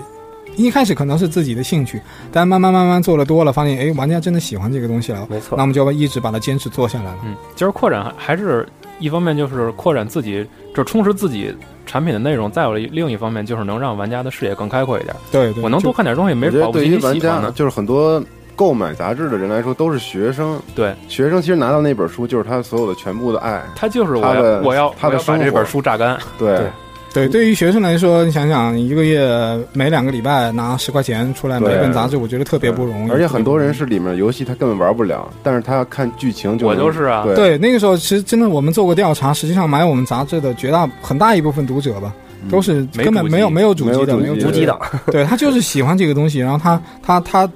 Speaker 11: 一开始可能是自己的兴趣，但慢慢慢慢做了多了，发现哎，玩家真的喜欢这个东西了，
Speaker 8: 没
Speaker 11: 那
Speaker 8: 错
Speaker 11: 我，们就要一直把它坚持做下来了。
Speaker 1: 嗯，就是扩展还还是一方面就是扩展自己，就充实自己产品的内容；再有另一方面就是能让玩家的视野更开阔一点。
Speaker 11: 对对，
Speaker 1: 我能
Speaker 11: 就
Speaker 1: 多看点东西，没
Speaker 10: 我觉
Speaker 1: 准
Speaker 10: 得
Speaker 1: 保不
Speaker 10: 对
Speaker 1: 齐
Speaker 10: 于
Speaker 1: 你
Speaker 10: 玩
Speaker 1: 喜欢
Speaker 10: 家，
Speaker 1: 呢。
Speaker 10: 就是很多购买杂志的人来说，都是学生。
Speaker 1: 对，
Speaker 10: 学生其实拿到那本书，就是他所有的全部的爱。
Speaker 1: 他就是我
Speaker 10: 他
Speaker 1: 要
Speaker 10: 的
Speaker 1: 我要
Speaker 10: 他
Speaker 1: 我
Speaker 10: 的
Speaker 1: 要把
Speaker 10: 生活
Speaker 1: 这本书榨干，
Speaker 10: 对，
Speaker 8: 对
Speaker 11: 对，对于学生来说，你想想，一个月每两个礼拜拿十块钱出来买
Speaker 10: 对
Speaker 11: 一本杂志，我觉得特别不容易。
Speaker 10: 而且很多人是里面游戏他根本玩不了，但是他看剧情就
Speaker 1: 我
Speaker 10: 能
Speaker 1: 就是啊
Speaker 10: 对
Speaker 11: 对，那个时候其实真的我们做过调查，实际上买我们杂志的绝大很大一部分读者吧，都是
Speaker 1: 没
Speaker 11: 根本
Speaker 1: 主机
Speaker 11: 没有没有主机的，
Speaker 10: 没
Speaker 11: 没
Speaker 10: 有主
Speaker 11: 有
Speaker 10: 机
Speaker 11: 主
Speaker 8: 无
Speaker 11: 机
Speaker 8: 机
Speaker 11: 的，
Speaker 8: 党，
Speaker 11: 对他就是喜欢这个东西，然后他他他。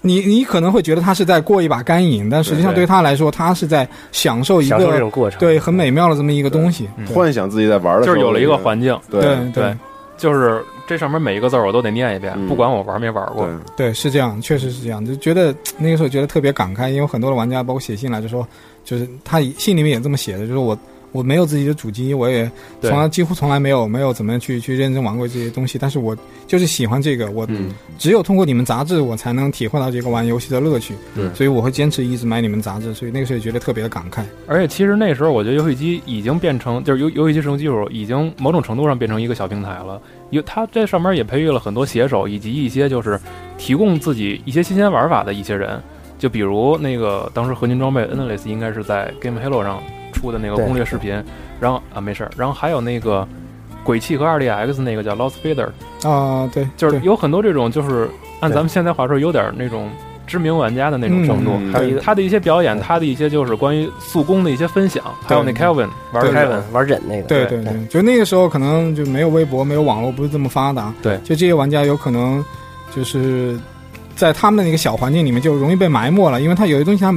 Speaker 11: 你你可能会觉得他是在过一把干瘾，但实际上
Speaker 1: 对
Speaker 11: 对他来说，他是在享受一
Speaker 8: 享受这
Speaker 11: 个
Speaker 8: 种过程，
Speaker 11: 对很美妙的这么一个东西。
Speaker 1: 对
Speaker 11: 对
Speaker 10: 幻想自己在玩的时
Speaker 1: 就
Speaker 10: 候，
Speaker 1: 是有了一个环境，
Speaker 10: 嗯对
Speaker 11: 对
Speaker 1: 对就是这上面每一个字儿我都得念一遍，
Speaker 10: 嗯
Speaker 1: 不管我玩没玩过。
Speaker 10: 对
Speaker 11: 对，是这样，确实是这样，就觉得那个时候觉得特别感慨，因为很多的玩家包括写信来就说，就是他信里面也这么写的，就是我我没有自己的主机，我也
Speaker 1: 对
Speaker 11: 从来几乎从来没有没有怎么样去去认真玩过这些东西，但是我就是喜欢这个，我
Speaker 10: 嗯
Speaker 11: 只有通过你们杂志，我才能体会到这个玩游戏的乐趣，
Speaker 10: 对
Speaker 11: 所以我会坚持一直买你们杂志，所以那个时候也觉得特别的感慨。
Speaker 1: 而且其实那时候，我觉得游戏机已经变成，就是游游戏机使用技术已经某种程度上变成一个小平台了。有它这上面也培育了很多写手，以及一些就是提供自己一些新鲜玩法的一些人。就比如那个当时合金装备 Endless 应该是在 Game Halo 上出的那个
Speaker 8: 对
Speaker 1: 攻略视频，然后啊没事儿，然后还有那个鬼泣和 2DX 那个叫 Lost Feather，
Speaker 11: 啊、对，
Speaker 1: 就是
Speaker 11: 对
Speaker 1: 有很多这种就是按
Speaker 8: 对
Speaker 1: 咱们现在话说有点那种知名玩家的那种程度。
Speaker 10: 嗯
Speaker 8: 还有一个
Speaker 1: 他的一些表演，
Speaker 8: 对
Speaker 1: 他的一些就是关于速攻的一些分享，还有那 Kevin 玩
Speaker 11: 对
Speaker 1: 的
Speaker 8: 开玩玩忍那个，
Speaker 11: 对
Speaker 1: 对
Speaker 11: 对，就那个时候可能就没有微博，没有网络，不是这么发达。
Speaker 1: 对
Speaker 11: 就这些玩家有可能就是在他们的那个小环境里面就容易被埋没了，因为他有些东西他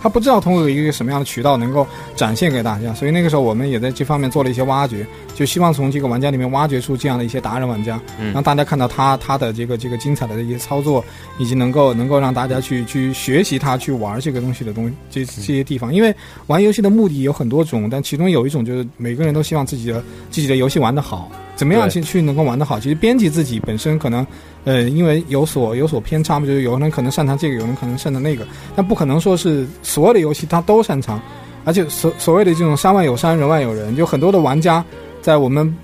Speaker 11: 他不知道通过一个什么样的渠道能够展现给大家，所以那个时候我们也在这方面做了一些挖掘，就希望从这个玩家里面挖掘出这样的一些达人玩家，
Speaker 1: 嗯
Speaker 11: 让大家看到他他的这个这个精彩的一些操作，以及能够能够让大家去去学习他去玩这个东西的东这这些地方，因为玩游戏的目的有很多种，但其中有一种就是每个人都希望自己的自己的游戏玩得好，怎么样
Speaker 1: 对
Speaker 11: 去去能够玩得好？其实编辑自己本身可能，呃，因为有所有所偏差嘛，就是有人可能擅长这个，有人可能擅长那个，但不可能说是所有的游戏他都擅长，而且所所谓的这种山外有山，人外有人，就很多的玩家。在我们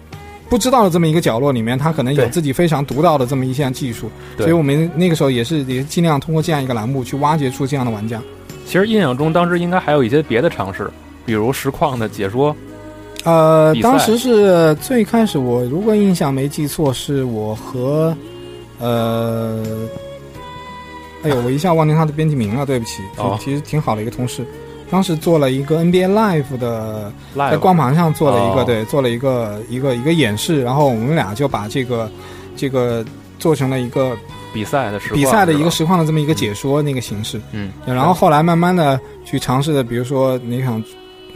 Speaker 11: 不知道的这么一个角落里面，他可能有
Speaker 1: 对
Speaker 11: 自己非常独到的这么一项技术，
Speaker 1: 对
Speaker 11: 所以我们那个时候也是也尽量通过这样一个栏目去挖掘出这样的玩家。
Speaker 1: 其实印象中当时应该还有一些别的尝试，比如实况的解说，
Speaker 11: 呃
Speaker 1: 比，赛
Speaker 11: 当时是最开始我如果印象没记错，是我和呃，哎呦，我一下忘记他的编辑名了，对不起，
Speaker 1: 哦
Speaker 11: 其实挺好的一个同事。当时做了一个 NBA Live 的，
Speaker 1: Live
Speaker 11: 在光盘上做了一个，
Speaker 1: 哦
Speaker 11: 对，做了一个一个一个演示，然后我们俩就把这个这个做成了一个
Speaker 1: 比赛的实况
Speaker 11: 比赛的一
Speaker 1: 是
Speaker 11: 个
Speaker 1: 吧
Speaker 11: 实况的这么一个解说那个形式。
Speaker 1: 嗯，
Speaker 11: 然后后来慢慢的去尝试的，比如说你想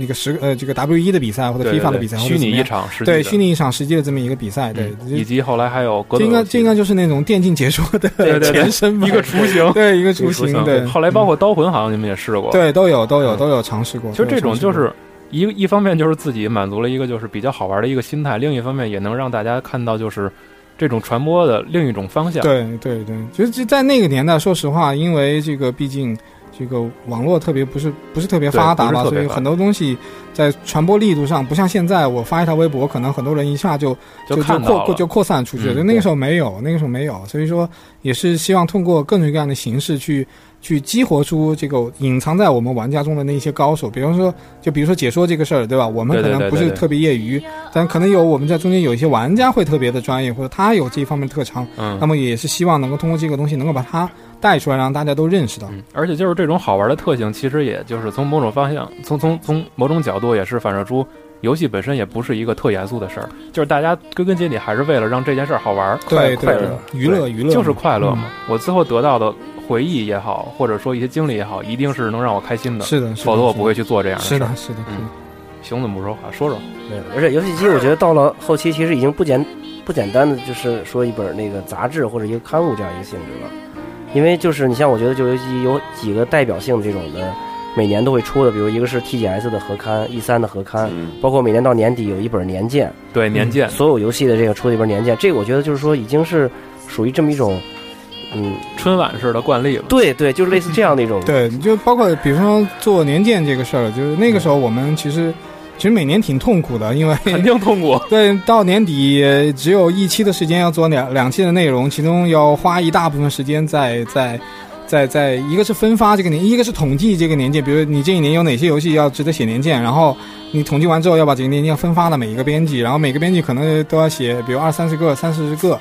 Speaker 11: 那个十呃这个 W 一的比赛或者
Speaker 1: 对对
Speaker 11: FIFA 的
Speaker 1: 对
Speaker 11: 比赛，
Speaker 1: 虚拟一
Speaker 11: 一
Speaker 1: 场实际
Speaker 11: 对
Speaker 1: 的
Speaker 11: 虚拟一场实际的这么一个比赛，对，
Speaker 1: 嗯
Speaker 11: 就
Speaker 1: 以及后来还有格
Speaker 11: 这
Speaker 1: 斗
Speaker 11: 应该
Speaker 1: 游
Speaker 11: 这
Speaker 1: 戏，
Speaker 11: 应该就是那种电竞解说的
Speaker 1: 对对对
Speaker 11: 前身 吧，
Speaker 1: 一个雏形
Speaker 11: 对一个雏形，对，嗯
Speaker 1: 后来包括刀魂好像你们也试过，
Speaker 11: 对都有都有都有尝试过。
Speaker 1: 其实
Speaker 11: 都有
Speaker 1: 这种
Speaker 11: 尝试
Speaker 1: 就
Speaker 11: 过
Speaker 1: 是一一方面就是自己满足了一个就是比较好玩的一个心态，另一方面也能让大家看到就是这种传播的另一种方向。
Speaker 11: 对对对，其实就在那个年代，说实话，因为这个毕竟这个网络特别不是不是特别发达
Speaker 1: 对
Speaker 11: 嘛，
Speaker 1: 不是特别
Speaker 11: 所
Speaker 1: 发
Speaker 11: 以
Speaker 1: 达
Speaker 11: 很多东西在传播力度上，不像现在我发一条微博，可能很多人一下就
Speaker 1: 就
Speaker 11: 就
Speaker 1: 看到
Speaker 11: 扩
Speaker 1: 了
Speaker 11: 就扩散出去了。
Speaker 1: 嗯
Speaker 11: 就那个时候没有，那个时候没有，所以说也是希望通过各种各样的形式去。去激活出这个隐藏在我们玩家中的那些高手，比方说，就比如说解说这个事儿，对吧？我们
Speaker 1: 对
Speaker 11: 可
Speaker 1: 对
Speaker 11: 能
Speaker 1: 对
Speaker 11: 不
Speaker 1: 对
Speaker 11: 是
Speaker 1: 对
Speaker 11: 特别业余，但可能有我们在中间有一些玩家会特别的专业，或者他有这一方面的特长，
Speaker 1: 嗯
Speaker 11: 那，么也是希望能够通过这个东西能够把它带出来，让大家都认识到。
Speaker 1: 嗯而且就是这种好玩的特性，其实也就是从某种方向，从从从某种角度也是反射出。游戏本身也不是一个特严肃的事儿，就是大家归根结底还是为了让这件事儿好玩儿，
Speaker 11: 对
Speaker 1: 快
Speaker 11: 对
Speaker 1: 乐
Speaker 11: 对，娱乐娱乐嗯
Speaker 1: 就是快乐嘛。我最后得到的回忆也好，或者说一些经历也好，一定是能让我开心的，
Speaker 11: 是的，是的
Speaker 1: 否则我不会。去做这样
Speaker 11: 是
Speaker 1: 事儿
Speaker 11: 的，。是的，
Speaker 1: 嗯
Speaker 11: 是的
Speaker 1: 熊怎么不说话？说说，
Speaker 8: 没有而且游戏机，我觉得到了后期，其实已经不简不简单的就是说一本那个杂志或者一个刊物这样一个性质了，因为就是你像我觉得，就游戏机有几个代表性的这种的，每年都会出的，比如一个是 TGS 的合刊，E 三的合刊，
Speaker 10: 嗯，
Speaker 8: 包括每年到年底有一本年鉴，
Speaker 1: 对
Speaker 11: 嗯
Speaker 1: 年鉴，
Speaker 8: 所有游戏的这个出的一本年鉴，这个我觉得就是说已经是属于这么一种，嗯，
Speaker 1: 春晚式的惯例了。
Speaker 8: 对对，就是类似这样的一种，
Speaker 11: 对，就包括比如说做年鉴这个事儿，就是那个时候我们其实其实每年挺痛苦的，因为
Speaker 1: 肯定痛苦，
Speaker 11: 对到年底呃只有一期的时间要做两两期的内容，其中要花一大部分时间在在。在在一个是分发这个年，一个是统计这个年鉴，比如你这一年有哪些游戏要值得写年鉴，然后你统计完之后要把这个年鉴分发到每一个编辑，然后每个编辑可能都要写，比如二三十个、三四十个，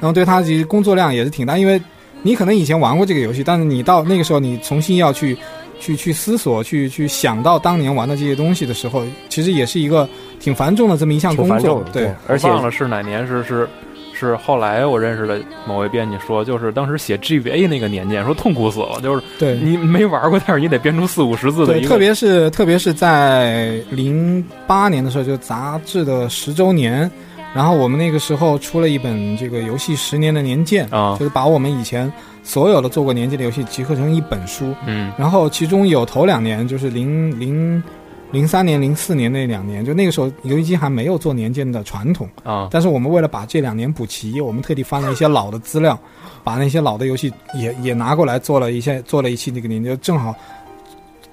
Speaker 11: 然后对他其实工作量也是挺大，因为你可能以前玩过这个游戏，但是你到那个时候你重新要去去去思索、去去想到当年玩的这些东西的时候，其实也是一个挺繁重的这么一项
Speaker 8: 挺
Speaker 11: 工
Speaker 8: 繁
Speaker 11: 作
Speaker 8: 重的，，
Speaker 11: 对。，
Speaker 8: 而且
Speaker 1: 忘了是哪年，是是是后来我认识的某位编辑说，就是当时写 GBA 那个年鉴，说痛苦死了，就是
Speaker 11: 对
Speaker 1: 你没玩过，但是你得编出四五十字的
Speaker 11: 对，
Speaker 1: 一个，
Speaker 11: 特别是特别是在零八年的时候，就杂志的十周年，然后我们那个时候出了一本这个游戏十年的年鉴，
Speaker 1: 啊
Speaker 11: 就是把我们以前所有的做过年鉴的游戏集合成一本书，
Speaker 1: 嗯
Speaker 11: 然后其中有头两年，就是零零零三年、零四年那两年，就那个时候游戏机还没有做年鉴的传统，
Speaker 1: 啊，
Speaker 11: 但是我们为了把这两年补齐，我们特地翻了一些老的资料，把那些老的游戏也也拿过来做了一些做了一期那个年鉴，就正好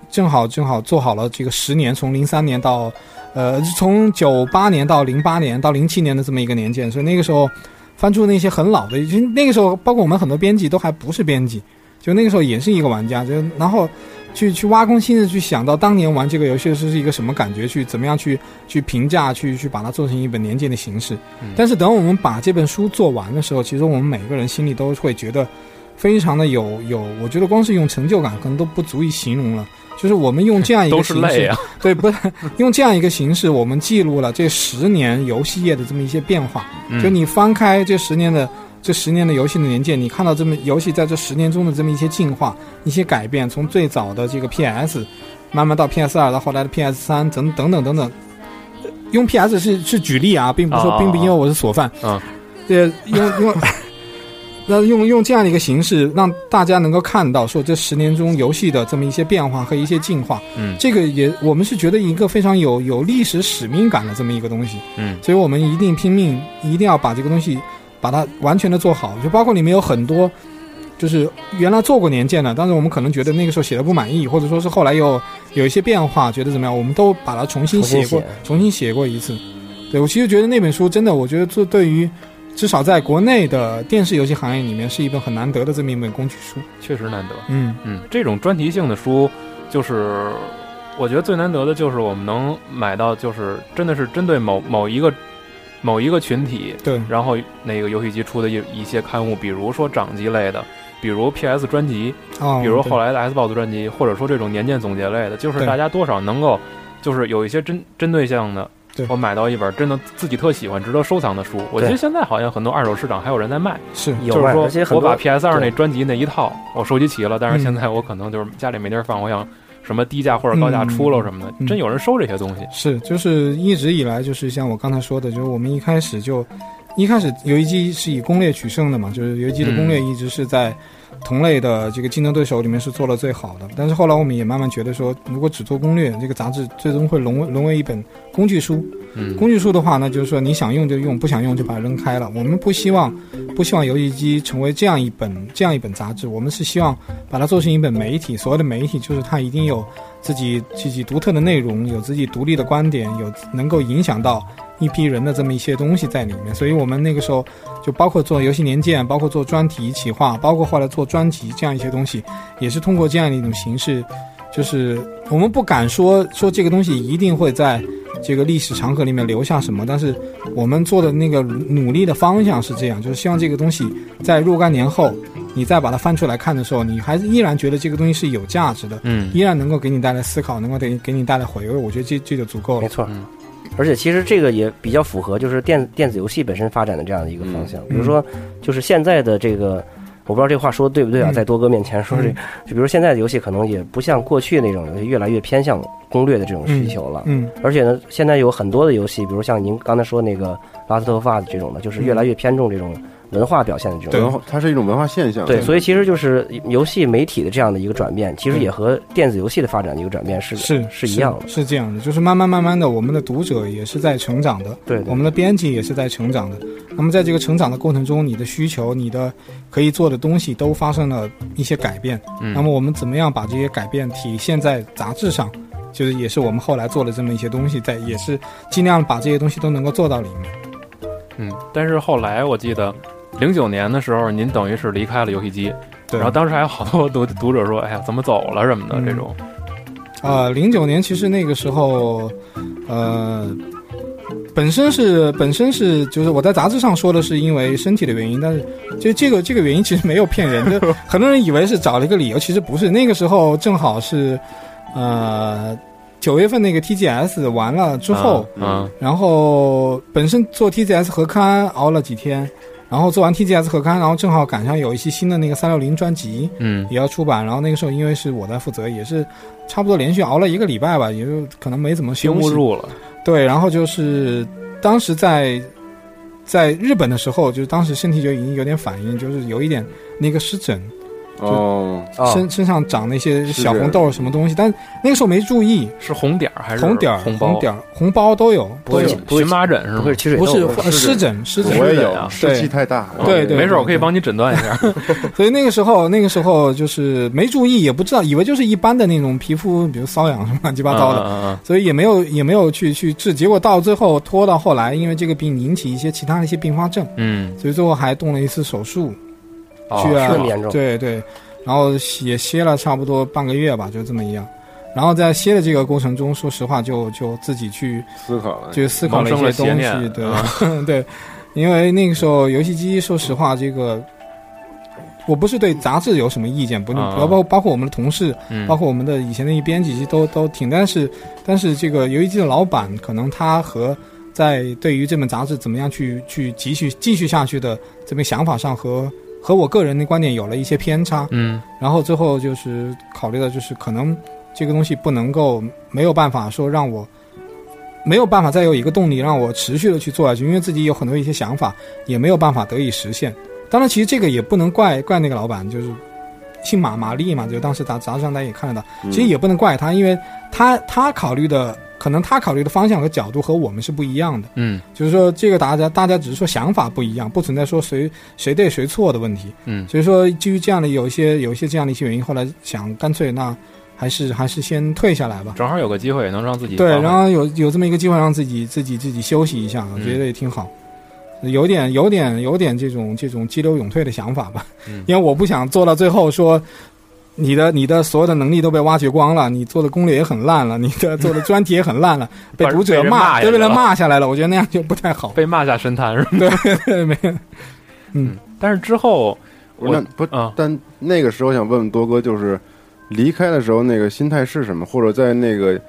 Speaker 11: 正好正好做好了这个十年，从零三年到呃从九八年到零八年到零七年的这么一个年鉴，所以那个时候翻出那些很老的，就那个时候包括我们很多编辑都还不是编辑，就那个时候也是一个玩家，就然后。去去挖空心思去想到当年玩这个游戏是一个什么感觉，去怎么样去去评价，去去把它做成一本年鉴的形式。
Speaker 1: 嗯
Speaker 11: 但是等我们把这本书做完的时候，其实我们每个人心里都会觉得非常的有有，我觉得光是用成就感可能都不足以形容了。就是我们用这样一
Speaker 1: 都
Speaker 11: 个
Speaker 1: 是
Speaker 11: 形
Speaker 1: 泪
Speaker 11: 式，
Speaker 1: 啊，
Speaker 11: 对，不是用这样一个形式，我们记录了这十年游戏业的这么一些变化。
Speaker 1: 嗯
Speaker 11: 就你翻开这十年的这十年的游戏的年鉴，你看到这么游戏在这十年中的这么一些进化、一些改变，从最早的这个 PS，慢慢到 PS 二，到后来的 PS 三，等等等等等。用 PS 是是举例啊，并不是说
Speaker 1: 哦
Speaker 11: 并不因为我是索饭，
Speaker 1: 嗯，
Speaker 11: 对，用 用。那用用这样的一个形式，让大家能够看到说这十年中游戏的这么一些变化和一些进化，
Speaker 1: 嗯
Speaker 11: 这个也我们是觉得一个非常有有历史使命感的这么一个东西，
Speaker 1: 嗯
Speaker 11: 所以我们一定拼命，一定要把这个东西把它完全的做好，就包括里面有很多。就是原来做过年鉴的，但是我们可能觉得那个时候写的不满意，或者说是后来又有一些变化，觉得怎么样，我们都把它重新
Speaker 8: 重新
Speaker 11: 写过
Speaker 8: 写，
Speaker 11: 重新写过一次。对我其实觉得那本书真的，我觉得这对于至少在国内的电视游戏行业里面是一本很难得的这么一本工具书。
Speaker 1: 确实难得。
Speaker 11: 嗯
Speaker 1: 嗯，这种专题性的书，就是我觉得最难得的就是我们能买到，就是真的是针对某某一个某一个群体，
Speaker 11: 对，
Speaker 1: 然后那个游戏机出的一一些刊物，比如说掌机类的，比如 PS 专辑，
Speaker 11: 哦
Speaker 1: 比如后
Speaker 11: 对
Speaker 1: 来的 Xbox 专辑，或者说这种年鉴总结类的，就是
Speaker 11: 对
Speaker 1: 大家多少能够，就是有一些针针对性的。
Speaker 11: 对
Speaker 1: 我买到一本真的自己特喜欢、值得收藏的书，我觉得
Speaker 8: 对
Speaker 1: 现在好像很多二手市场还有人在卖，
Speaker 11: 是
Speaker 8: 有
Speaker 1: 就是
Speaker 8: 卖
Speaker 1: 说
Speaker 8: 而且很
Speaker 1: 我
Speaker 8: 多
Speaker 1: 把 PS 二
Speaker 8: 对
Speaker 1: 那专辑那一套我收集齐了，但是
Speaker 11: 嗯
Speaker 1: 现在我可能就是家里没地儿放，我想什么低价或者高价
Speaker 11: 嗯
Speaker 1: 出了什么的，
Speaker 11: 嗯
Speaker 1: 真有人收这些东西。
Speaker 11: 是，就是一直以来就是像我刚才说的，就是我们一开始就一开始游戏机是以攻略取胜的嘛，就是游戏机的攻略一直是在同类的这个竞争对手里面是做的最好的。但是后来我们也慢慢觉得说，如果只做攻略，这个杂志最终会沦为沦为一本工具书。
Speaker 1: 嗯，
Speaker 11: 工具书的话呢，就是说你想用就用，不想用就把它扔开了。我们不希望，不希望游戏机成为这样一本这样一本杂志，我们是希望把它做成一本媒体。所谓的媒体，就是它一定有自己自己独特的内容，有自己独立的观点，有能够影响到一批人的这么一些东西在里面。所以我们那个时候就包括做游戏年鉴，包括做专题企划，包括后来做专辑这样一些东西，也是通过这样的一种形式，就是我们不敢说说这个东西一定会在这个历史长河里面留下什么，但是我们做的那个努力的方向是这样，就是希望这个东西在若干年后，你再把它翻出来看的时候，你还是依然觉得这个东西是有价值的，
Speaker 1: 嗯
Speaker 11: 依然能够给你带来思考，能够给给你带来回味，我觉得这这就足够
Speaker 8: 没
Speaker 11: 了。
Speaker 8: 错
Speaker 1: 嗯。
Speaker 8: 而且其实这个也比较符合就是电电子游戏本身发展的这样的一个方
Speaker 11: 嗯
Speaker 8: 向，比如说就是现在的这个。我不知道这话说的对不对啊，
Speaker 11: 嗯
Speaker 8: 在多哥面前说这，
Speaker 11: 嗯
Speaker 8: 就比如现在的游戏可能也不像过去那种游戏越来越偏向攻略的这种需求了，
Speaker 11: 嗯，
Speaker 8: 而且呢，现在有很多的游戏，比如像您刚才说那个《拉斯特法》这种的，就是
Speaker 11: 嗯
Speaker 8: 越来越偏重这种文化表现的这种。
Speaker 11: 对
Speaker 10: 文化它是一种文化现象。
Speaker 8: 对，所以其实就是游戏媒体的这样的一个转变，其实也和电子游戏的发展的一个转变是
Speaker 11: 是
Speaker 8: 是一样的。
Speaker 11: 是这样的，就是慢慢慢慢的，我们的读者也是在成长的，
Speaker 8: 对对
Speaker 11: 我们的编辑也是在成长的。那么在这个成长的过程中，你的需求、你的可以做的东西都发生了一些改变。
Speaker 1: 嗯
Speaker 11: 那么我们怎么样把这些改变体现在杂志上？就是也是我们后来做的这么一些东西，在也是尽量把这些东西都能够做到里面。
Speaker 1: 嗯，但是后来我记得零九年的时候，您等于是离开了游戏机，
Speaker 11: 对，
Speaker 1: 然后当时还有好多读读者说：“哎呀，怎么走了什么的。
Speaker 11: 嗯
Speaker 1: 这种，
Speaker 11: 呃，零九年其实那个时候，呃，本身是本身是就是我在杂志上说的是因为身体的原因，但是就这个这个原因其实没有骗人，就很多人以为是找了一个理由，其实不是。那个时候正好是，呃，九月份那个 TGS 完了之后，
Speaker 1: 嗯，
Speaker 11: 然后本身做 TGS 合刊熬了几天，然后做完 TGS 合刊，然后正好赶上有一期新的那个三六零专辑，
Speaker 1: 嗯
Speaker 11: 也要出版，然后那个时候因为是我在负责，也是差不多连续熬了一个礼拜吧，也就可能没怎么
Speaker 1: 经
Speaker 11: 休
Speaker 1: 不
Speaker 11: 息。
Speaker 1: 住了，
Speaker 11: 对，然后就是当时在在日本的时候，就是当时身体就已经有点反应，就是有一点那个湿疹，
Speaker 10: 哦，
Speaker 8: 啊，
Speaker 11: 身身上长那些
Speaker 10: 是
Speaker 11: 小红痘什么东西，但那个时候没注意，
Speaker 1: 是红点儿还是
Speaker 11: 红点儿、
Speaker 1: 红包
Speaker 11: 红点儿、红包都有，
Speaker 8: 不会
Speaker 11: 都有
Speaker 8: 不会
Speaker 1: 荨麻疹是
Speaker 8: 不
Speaker 1: 吗
Speaker 8: 会？是起水
Speaker 11: 不
Speaker 8: 痘
Speaker 11: 是
Speaker 8: 吧
Speaker 11: 呃湿疹，湿疹
Speaker 10: 我也
Speaker 1: 是的呀
Speaker 10: 有，湿气太大。
Speaker 1: 嗯
Speaker 11: 对对
Speaker 1: 没事，
Speaker 11: 对
Speaker 1: 我可以帮你诊断一下。
Speaker 11: 所以那个时候，那个时候就是没注意，也不知道，以为就是一般的那种皮肤，比如瘙痒什么乱七八糟的，
Speaker 1: 的，
Speaker 11: 所以也没有也没有去去治。结果到最后拖到后来，因为这个病引起一些其他的一些并发症，
Speaker 1: 嗯，
Speaker 11: 所以最后还动了一次手术，
Speaker 1: 哦
Speaker 11: 去啊
Speaker 1: 是
Speaker 8: 这么
Speaker 1: 吗
Speaker 8: 严重。
Speaker 11: 对对，然后也歇了差不多半个月吧，就这么一样。然后在歇的这个过程中，说实话就，就自己去
Speaker 10: 思考了，
Speaker 11: 就思考了一些
Speaker 1: 萌生
Speaker 11: 东
Speaker 1: 了邪
Speaker 11: 西，
Speaker 1: 念啊
Speaker 11: 对、 对，因为那个时候游戏机，说实话，这个我不是对杂志有什么意见，不
Speaker 1: 啊
Speaker 11: 包括包括我们的同事，
Speaker 1: 嗯
Speaker 11: 啊包括我们的以前的一编辑其实都都挺，但是但是这个游戏机的老板可能他和在对于这本杂志怎么样去去继续继续下去的这么想法上和和我个人的观点有了一些偏差，
Speaker 1: 嗯
Speaker 11: 然后最后就是考虑到就是可能这个东西不能够没有办法说让我没有办法再有一个动力让我持续的去做下去，因为自己有很多一些想法也没有办法得以实现。当然，其实这个也不能怪怪那个老板，就是姓马马丽嘛，就当时杂杂志上大家也看得到，
Speaker 10: 嗯
Speaker 11: 其实也不能怪他，因为他他考虑的可能他考虑的方向和角度和我们是不一样的。
Speaker 1: 嗯
Speaker 11: 就是说这个大家大家只是说想法不一样，不存在说谁谁对谁错的问题。
Speaker 1: 嗯
Speaker 11: 所以说基于这样的有一些有一些这样的一些原因，后来想干脆那还是还是先退下来吧。
Speaker 1: 正好有个机会也能让自己
Speaker 11: 对
Speaker 1: 发，挥
Speaker 11: 然后有有这么一个机会让自己自己自己休息一
Speaker 1: 嗯
Speaker 11: 下，我觉得也挺好。有点有点有点这种这种激流勇退的想法吧，
Speaker 1: 嗯
Speaker 11: 因为我不想做到最后说。你的你的所有的能力都被挖掘光了，你做的攻略也很烂了，你的做的专题也很烂了，被读者
Speaker 1: 被人骂下
Speaker 11: 对，被
Speaker 1: 来
Speaker 11: 人
Speaker 1: 了
Speaker 11: 骂下来了。我觉得那样就不太好。
Speaker 1: 被骂下神坛是吗？
Speaker 11: 对，没有。嗯，
Speaker 1: 但是之后
Speaker 10: 不是
Speaker 1: 我啊
Speaker 10: 那不，但那个时候想问问多哥，就是离开的时候那个心态是什么，或者在那个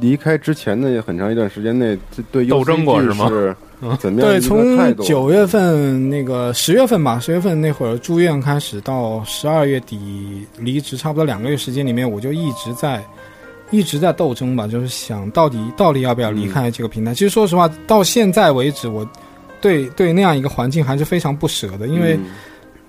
Speaker 10: 离开之前的很长一段时间内，这对
Speaker 1: 斗争过
Speaker 10: UCG
Speaker 1: 是吗
Speaker 10: 是
Speaker 1: 嗯
Speaker 10: 怎么样的
Speaker 11: 对，
Speaker 10: 一个态
Speaker 11: 从
Speaker 10: 度？
Speaker 11: 九月份那个十月份吧，十月份那会儿住院开始到十二月底离职，差不多两个月时间里面，我就一直在一直在斗争吧，就是想到底到底要不要
Speaker 10: 嗯
Speaker 11: 离开这个平台。其实说实话，到现在为止，我对对那样一个环境还是非常不舍的，因
Speaker 10: 嗯
Speaker 11: 为、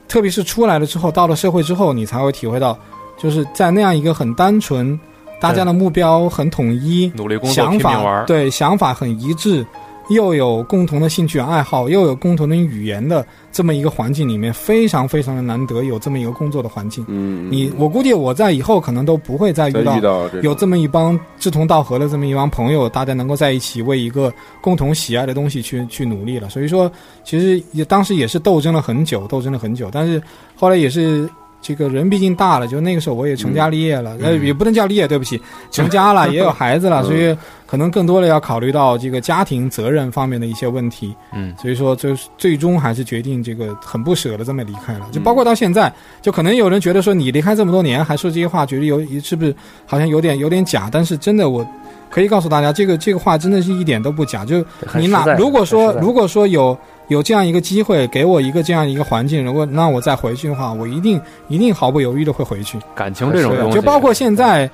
Speaker 11: 特别是出来了之后，到了社会之后，你才会体会到，就是在那样一个很单纯，大家的目标很统一，
Speaker 1: 努力工作
Speaker 11: 想
Speaker 1: 拼命玩
Speaker 11: 法
Speaker 1: 儿
Speaker 11: 对想法很一致，又有共同的兴趣爱好，又有共同的语言的这么一个环境里面，非常非常的难得有这么一个工作的环境。
Speaker 10: 嗯，
Speaker 11: 你我估计我在以后可能都不会再
Speaker 10: 再
Speaker 11: 遇到
Speaker 10: 遇到这种
Speaker 11: 有这么一帮志同道合的这么一帮朋友，大家能够在一起为一个共同喜爱的东西去去努力了。所以说，其实也当时也是斗争了很久，斗争了很久，但是后来也是。这个人毕竟大了，就那个时候我也成家立业了，呃，也不能叫立业，对不起， 成家了，也有孩子了，所以可能更多的要考虑到这个家庭责任方面的一些问题。
Speaker 1: 嗯
Speaker 11: 所以说最最终还是决定这个很不舍的这么离开
Speaker 8: 嗯
Speaker 11: 了，就包括到现在，就可能有人觉得说你离开这么多年还说这些话，觉得有是不是好像有点有点假？但是真的我。可以告诉大家，这个这个话真的是一点都不假。就
Speaker 8: 很
Speaker 11: 你
Speaker 8: 实
Speaker 11: 哪
Speaker 8: 在
Speaker 11: 如果说
Speaker 8: 很实在
Speaker 11: 如果说有有这样一个机会，给我一个这样一个环境，如果让我再回去的话，我一定一定毫不犹豫的会回去。
Speaker 1: 感情这种
Speaker 11: 对
Speaker 1: 东西，
Speaker 11: 啊就包括现在，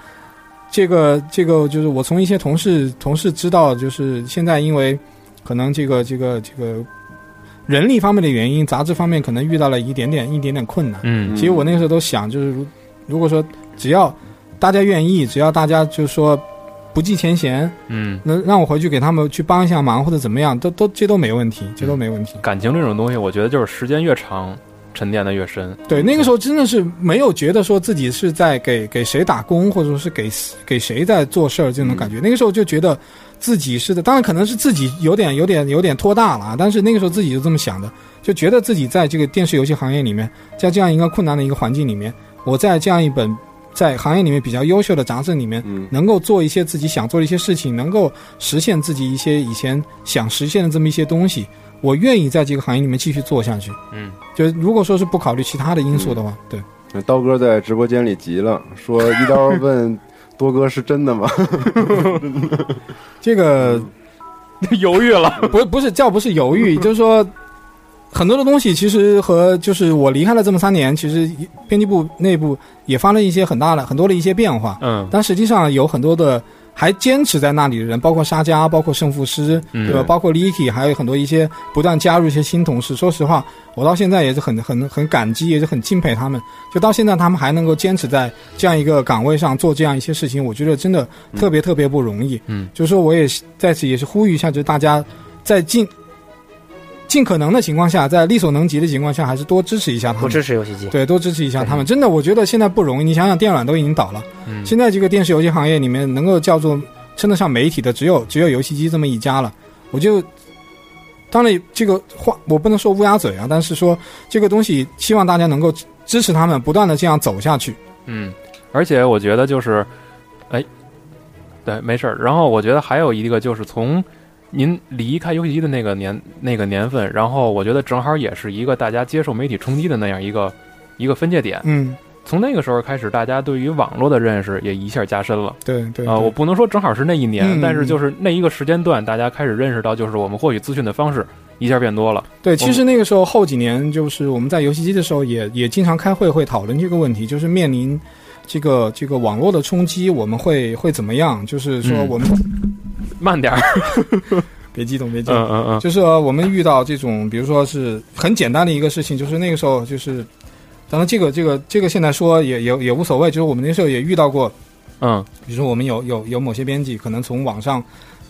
Speaker 11: 这个这个就是我从一些同事同事知道，就是现在因为可能这个这个这个人力方面的原因，杂志方面可能遇到了一点点一点点困难。
Speaker 1: 嗯
Speaker 11: 其实我那个时候都想，就是如如果说只要大家愿意，只要大家就是说不计前嫌，
Speaker 1: 嗯，
Speaker 11: 能让我回去给他们去帮一下忙或者怎么样，都都这都没问题，这
Speaker 1: 嗯
Speaker 11: 都没问题。
Speaker 1: 感情这种东西，我觉得就是时间越长，沉淀的越深。
Speaker 11: 对，那个时候真的是没有觉得说自己是在给给谁打工，或者说是给给谁在做事儿这种感觉。那个时候就觉得自己是的，当然可能是自己有点有点有点拖大了啊，但是那个时候自己就这么想的，就觉得自己在这个电视游戏行业里面，在这样一个困难的一个环境里面，我在这样一本在行业里面比较优秀的杂志里面，
Speaker 10: 嗯
Speaker 11: 能够做一些自己想做的一些事情，能够实现自己一些以前想实现的这么一些东西，我愿意在这个行业里面继续做下去。
Speaker 1: 嗯，
Speaker 11: 就是如果说是不考虑其他的因素的话，对，
Speaker 10: 那刀哥在直播间里急了，说一刀问多哥是真的吗？
Speaker 11: 这个
Speaker 1: 犹豫了，
Speaker 11: 不不是叫不是犹豫，就是说很多的东西其实和就是我离开了这么三年，其实编辑部内部也发生一些很大的很多的一些变化，
Speaker 1: 嗯，
Speaker 11: 但实际上有很多的还坚持在那里的人，包括沙加，包括胜负师，
Speaker 1: 嗯
Speaker 11: 对吧？包括 Licky，还有很多一些不断加入一些新同事。说实话，我到现在也是很很很感激，也是很敬佩他们。就到现在，他们还能够坚持在这样一个岗位上做这样一些事情，我觉得真的特别特别不容易。
Speaker 1: 嗯，
Speaker 11: 就是说我也是在此也是呼吁一下，就是大家在尽尽可能的情况下，在力所能及的情况下，还是多支持一下他
Speaker 8: 不
Speaker 11: 们。
Speaker 8: 支持游戏机。
Speaker 11: 对，多支持一下他们。真的，我觉得现在不容易。你想想，电软都已经倒了，
Speaker 1: 嗯
Speaker 11: 现在这个电视游戏行业里面能够叫做称得上媒体的，只有只有游戏机这么一家了。我就当然这个话我不能说乌鸦嘴啊，但是说这个东西，希望大家能够支支持他们，不断的这样走下去。
Speaker 1: 嗯，而且我觉得就是，哎，对，没事儿。然后我觉得还有一个就是从您离开游戏机的那个年那个年份，然后我觉得正好也是一个大家接受媒体冲击的那样一个一个分界点。
Speaker 11: 嗯，
Speaker 1: 从那个时候开始，大家对于网络的认识也一下加深了。
Speaker 11: 对对
Speaker 1: 啊、
Speaker 11: 对
Speaker 1: 我不能说正好是那一年，
Speaker 11: 嗯
Speaker 1: 但是就是那一个时间段，大家开始认识到，就是我们获取资讯的方式一下变多了。
Speaker 11: 对，其实那个时候后几年，就是我们在游戏机的时候也，也经常开会会讨论这个问题，就是面临这个这个网络的冲击，我们会会怎么样？就是说
Speaker 1: 嗯
Speaker 11: 我们、
Speaker 1: 慢 点儿，
Speaker 11: 别激动，别激动，
Speaker 1: 嗯嗯
Speaker 8: 啊
Speaker 1: 嗯，
Speaker 11: 就是呃我们遇到这种，比如说是很简单的一个事情，就是那个时候就是，当然这个这个这个现在说也也也无所谓，就是我们那时候也遇到过，
Speaker 1: 嗯
Speaker 11: 比如说我们有有有某些编辑可能从网上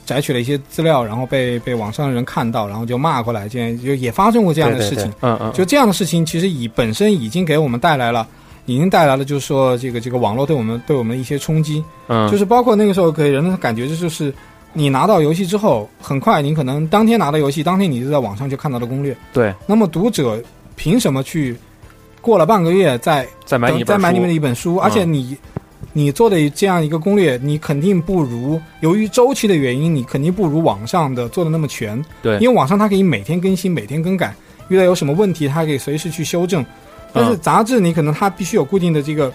Speaker 11: 摘取了一些资料，然后被被网上的人看到，然后就骂过来，这样就也发生过这样的
Speaker 8: 对对
Speaker 11: 事情。
Speaker 1: 嗯嗯，
Speaker 11: 就这样的事情，其实已本身已经给我们带来了。已经带来了，就是说这个这个网络对我们对我们一些冲击，
Speaker 1: 嗯
Speaker 11: 就是包括那个时候给人的感觉就是，你拿到游戏之后，很快你可能当天拿到游戏，当天你就在网上就看到了攻略，
Speaker 1: 对，
Speaker 11: 那么读者凭什么去过了半个月再
Speaker 1: 再买你一
Speaker 11: 再
Speaker 1: 本
Speaker 11: 买你们
Speaker 1: 书
Speaker 11: 的一本书？而且
Speaker 1: 嗯
Speaker 11: 你、你做的这样一个攻略，你肯定不如由于周期的原因，你肯定不如网上的做的那么全。
Speaker 1: 对
Speaker 11: 因为网上它可以每天更新，每天更改，遇到有什么问题，它可以随时去修正。但是
Speaker 1: 嗯
Speaker 11: 杂志你可能它必须有固定的这个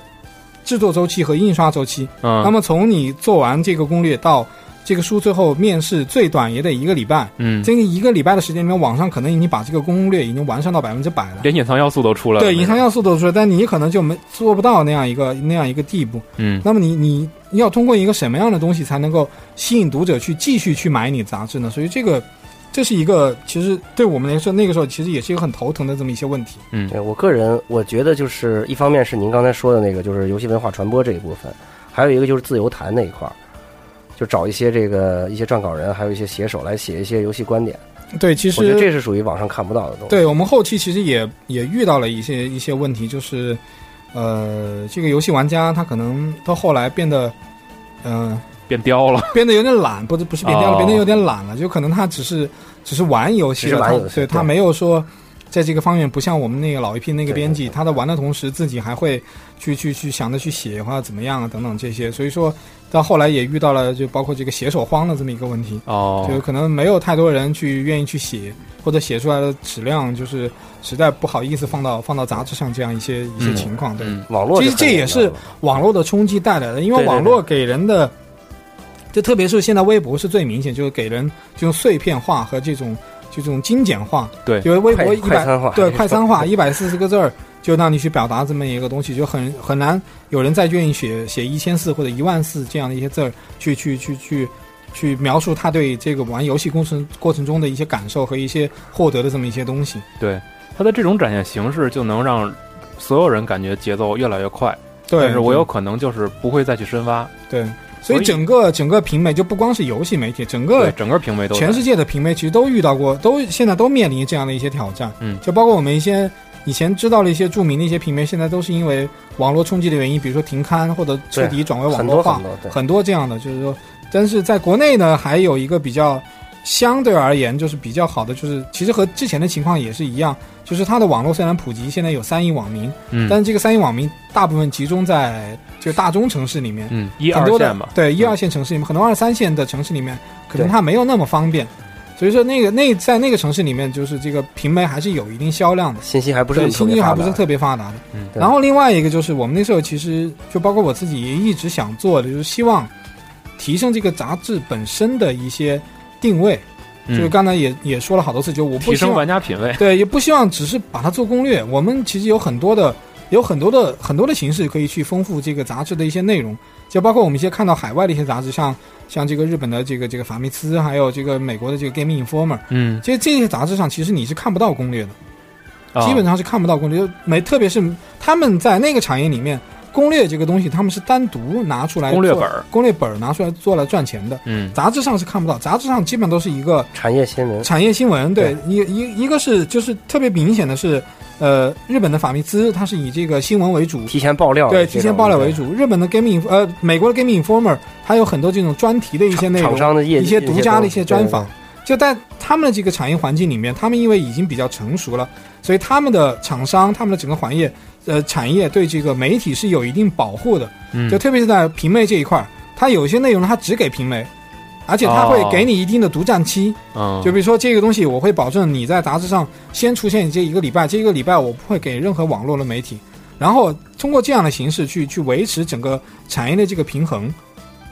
Speaker 11: 制作周期和印刷周期。
Speaker 1: 嗯
Speaker 11: 那么从你做完这个攻略到这个书最后面试，最短也得一个礼拜。
Speaker 1: 嗯
Speaker 11: 这个一个礼拜的时间里面，网上可能已经把这个攻略已经完善到百分之百了。
Speaker 1: 连隐藏要素都出来了，
Speaker 11: 对，隐藏要素都出来，但你可能就没做不到那样一个那样一个地步。
Speaker 1: 嗯
Speaker 11: 那么你你要通过一个什么样的东西才能够吸引读者去继续去买你杂志呢？所以这个这是一个其实对我们来说那个时候其实也是一个很头疼的这么一些问题。
Speaker 1: 嗯，
Speaker 8: 对我个人我觉得就是一方面是您刚才说的那个，就是游戏文化传播这一部分，还有一个就是自由谈那一块儿，就找一些这个一些撰稿人，还有一些写手来写一些游戏观点。
Speaker 11: 对，其
Speaker 8: 我觉
Speaker 11: 实
Speaker 8: 得这是属于网上看不到的东西。
Speaker 11: 对我们后期其实也也遇到了一些一些问题，就是呃，这个游戏玩家他可能到后来变得嗯。呃
Speaker 1: 变刁了，
Speaker 11: 变得有点懒，不是不是变掉了，
Speaker 1: 哦
Speaker 11: 变得有点懒了，就可能他只是只是玩游戏
Speaker 8: 只
Speaker 11: 了，
Speaker 8: 是玩游戏
Speaker 11: 他对
Speaker 8: 对
Speaker 11: 他没有说在这个方面不像我们那个老一批那个
Speaker 8: 对
Speaker 11: 编辑，
Speaker 8: 对对
Speaker 11: 他在玩的同时自己还会去去去想着去写或者怎么样啊等等这些，所以说到后来也遇到了就包括这个写手荒的这么一个问题，
Speaker 1: 哦，
Speaker 11: 就可能没有太多人去愿意去写，或者写出来的质量就是实在不好意思放到放到杂志上这样一些一些
Speaker 1: 嗯
Speaker 11: 情况，对。
Speaker 1: 嗯
Speaker 8: 网络
Speaker 11: 其实
Speaker 8: 就很
Speaker 11: 这也是
Speaker 8: 简单了
Speaker 11: 网络的冲击带来的，因为
Speaker 8: 对对
Speaker 11: 网络给人的，就特别是现在微博是最明显，就是给人这种碎片化和这种这种精简化，
Speaker 1: 对
Speaker 11: 因为微博
Speaker 8: 快
Speaker 11: 一
Speaker 8: 快
Speaker 11: 百
Speaker 8: 餐化，
Speaker 11: 对快餐化一百四十个字儿。就让你去表达这么一个东西，就很很难有人再愿意写写一千四或者一万四这样的一些字儿，去去去去去描述他对这个玩游戏过程过程中的一些感受和一些获得的这么一些东西。
Speaker 1: 它的这种展现形式就能让所有人感觉节奏越来越快，
Speaker 11: 对，
Speaker 1: 但是我
Speaker 11: 对
Speaker 1: 有可能就是不会再去深挖，
Speaker 11: 对，所
Speaker 1: 所
Speaker 11: 以
Speaker 1: 以
Speaker 11: 整个整个平媒就不光是游戏媒体，整个
Speaker 1: 对，整个评委都在
Speaker 11: 全世界的平媒其实都遇到过，都现在都面临这样的一些挑战。
Speaker 1: 嗯
Speaker 11: 就包括我们一些以前知道的一些著名的一些平媒，现在都是因为网络冲击的原因，比如说停刊或者彻底转为网
Speaker 8: 很
Speaker 11: 络
Speaker 8: 多
Speaker 11: 化
Speaker 8: 很，多对。
Speaker 11: 很多这样的，就是说，但是在国内呢，还有一个比较相对而言就是比较好的，就是其实和之前的情况也是一样，就是它的网络虽然普及，现在有三亿网民，
Speaker 1: 嗯
Speaker 11: 但是这个三亿网民大部分集中在就大中城市里面，
Speaker 1: 嗯一
Speaker 11: 很
Speaker 1: 二
Speaker 11: 多的
Speaker 1: 线嘛，
Speaker 11: 对一
Speaker 1: 嗯
Speaker 11: 二线城市里面，很多二三线的城市里面，可能
Speaker 8: 对
Speaker 11: 它没有那么方便，所以说那个那在那个城市里面，就是这个平媒还是有一定销量的，
Speaker 8: 信息还不是
Speaker 11: 对，
Speaker 8: 很特
Speaker 11: 信
Speaker 8: 别
Speaker 11: 息还
Speaker 8: 发
Speaker 11: 不
Speaker 8: 达
Speaker 11: 是特别发达的。
Speaker 1: 嗯
Speaker 8: 对
Speaker 11: 然后另外一个就是我们那时候其实就包括我自己也一直想做的，就是希望提升这个杂志本身的一些定位，就是
Speaker 1: 嗯
Speaker 11: 刚才也也说了好多次，就我不
Speaker 1: 提
Speaker 11: 希
Speaker 1: 升
Speaker 11: 望
Speaker 1: 玩家品味，
Speaker 11: 对，也不希望只是把它做攻略。我们其实有很多的，有很多的很多的形式可以去丰富这个杂志的一些内容，就包括我们一些看到海外的一些杂志，像像这个日本的这个这个法密斯，还有这个美国的这个 Game Informer，
Speaker 1: 嗯，
Speaker 11: 这这些杂志上其实你是看不到攻略的，
Speaker 1: 啊
Speaker 11: 基本上是看不到攻略。就没，特别是他们在那个产业里面，攻略这个东西他们是单独拿出来
Speaker 1: 攻略
Speaker 11: 做
Speaker 1: 本儿，
Speaker 11: 攻略本儿拿出来做来赚钱的。
Speaker 1: 嗯
Speaker 11: 杂志上是看不到，杂志上基本都是一个
Speaker 8: 产业新闻，
Speaker 11: 产业新闻，对
Speaker 8: 对，
Speaker 11: 一一一个是就是特别明显的是，呃，日本的法密兹它是以这个新闻为主，
Speaker 8: 提前爆料，
Speaker 11: 对，提前爆料为。主。日本的 Game Inf 呃，美国的 Game Informer 它有很多这种专题的一些内
Speaker 8: 厂
Speaker 11: 容，
Speaker 8: 商的业
Speaker 11: 一些独家的一
Speaker 8: 些
Speaker 11: 些
Speaker 8: 东西
Speaker 11: 专访。。就在他们的这个产业环境里面，他们因为已经比较成熟了，所以他们的厂商、他们的整个行业呃产业对这个媒体是有一定保护的。
Speaker 1: 嗯
Speaker 11: 就特别是在平媒这一块儿，它有一些内容它只给平媒，而且它会
Speaker 1: 哦
Speaker 11: 给你一定的独占期。
Speaker 1: 嗯
Speaker 11: 就比如说这个东西，我会保证你在杂志上先出现这一个礼拜，这一个礼拜我不会给任何网络的媒体，然后通过这样的形式去去维持整个产业的这个平衡。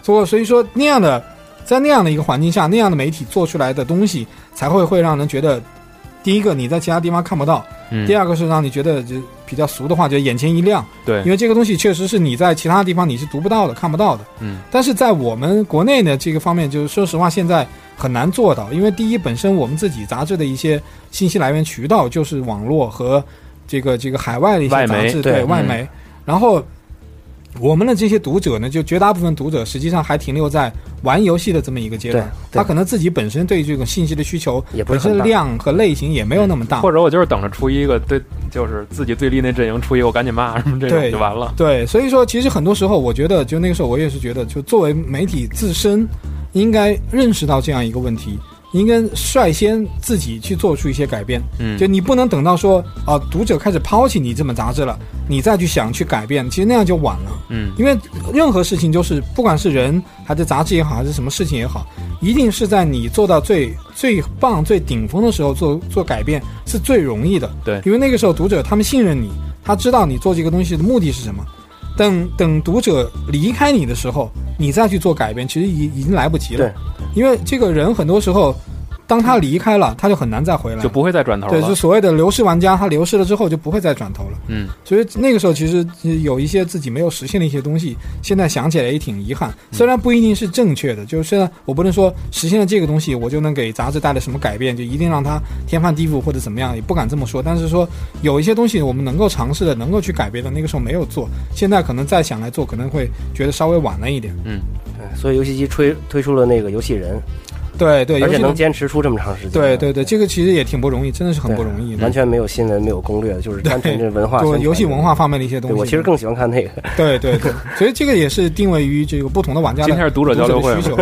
Speaker 11: 所以所以说那样的，在那样的一个环境下，那样的媒体做出来的东西，才会会让人觉得，第一个你在其他地方看不到，
Speaker 1: 嗯
Speaker 11: 第二个是让你觉得就比较俗的话，就眼前一亮，
Speaker 1: 对
Speaker 11: 因为这个东西确实是你在其他地方你是读不到的、看不到的。
Speaker 1: 嗯，
Speaker 11: 但是在我们国内呢，这个方面，就是说实话，现在很难做到，因为第一，本身我们自己杂志的一些信息来源渠道就是网络和这个这个海外的一些
Speaker 1: 外
Speaker 11: 杂
Speaker 1: 媒
Speaker 11: 志，
Speaker 8: 对
Speaker 11: 对外
Speaker 1: 嗯
Speaker 11: 媒，然后我们的这些读者呢，就绝大部分读者实际上还停留在玩游戏的这么一个阶段，
Speaker 1: 对对
Speaker 11: 他可能自己本身对这种信息的需求
Speaker 1: 也不
Speaker 11: 本
Speaker 1: 是很
Speaker 11: 身
Speaker 1: 大
Speaker 11: 量和类型也没有那么大，
Speaker 1: 或者我就是等着初一个对，就是自己对立那阵营初一，我赶紧骂什么这种
Speaker 11: 对
Speaker 1: 就完了。
Speaker 11: 对，所以说其实很多时候，我觉得就那个时候，我也是觉得，就作为媒体自身，应该认识到这样一个问题，应该率先自己去做出一些改变。
Speaker 1: 嗯
Speaker 11: 就你不能等到说啊、读者开始抛弃你这本杂志了，你再去想去改变，其实那样就晚了。
Speaker 1: 嗯
Speaker 11: 因为任何事情就是，不管是人还是杂志也好，还是什么事情也好，一定是在你做到最最棒、最顶峰的时候做做改变是最容易的。
Speaker 1: 对
Speaker 11: 因为那个时候读者他们信任你，他知道你做这个东西的目的是什么。等等，读者离开你的时候，你再去做改变，其实已已经来不及了。因为这个人很多时候，当他离开了，他就很难再回来，
Speaker 1: 就不会再转头了。
Speaker 11: 对，就所谓的流失玩家，他流失了之后就不会再转头了。
Speaker 1: 嗯，
Speaker 11: 所以那个时候其实有一些自己没有实现的一些东西，现在想起来也挺遗憾。虽然不一定是正确的，就是虽然我不能说实现了这个东西，我就能给杂志带来什么改变，就一定让它天翻地覆或者怎么样，也不敢这么说。但是说有一些东西我们能够尝试的，能够去改变的，那个时候没有做，现在可能再想来做，可能会觉得稍微晚了一点。
Speaker 1: 嗯，
Speaker 8: 对，所以游戏机推推出了那个游戏人，
Speaker 11: 对对，尤
Speaker 8: 而且
Speaker 11: 其
Speaker 8: 能坚持出这么长时间，嗯
Speaker 11: 对对对，这个其实也挺不容易，真的是很不容易的。
Speaker 8: 完全没有新闻，没有攻略，就是单纯这文化宣
Speaker 11: 对
Speaker 8: 传，
Speaker 11: 游戏文化方面的一些东
Speaker 8: 对
Speaker 11: 西。
Speaker 8: 我其实更喜欢看 那个，
Speaker 11: 对对对，所以这个也是定位于这个不同的玩家的
Speaker 1: 今天是读者交流会
Speaker 11: 的需求，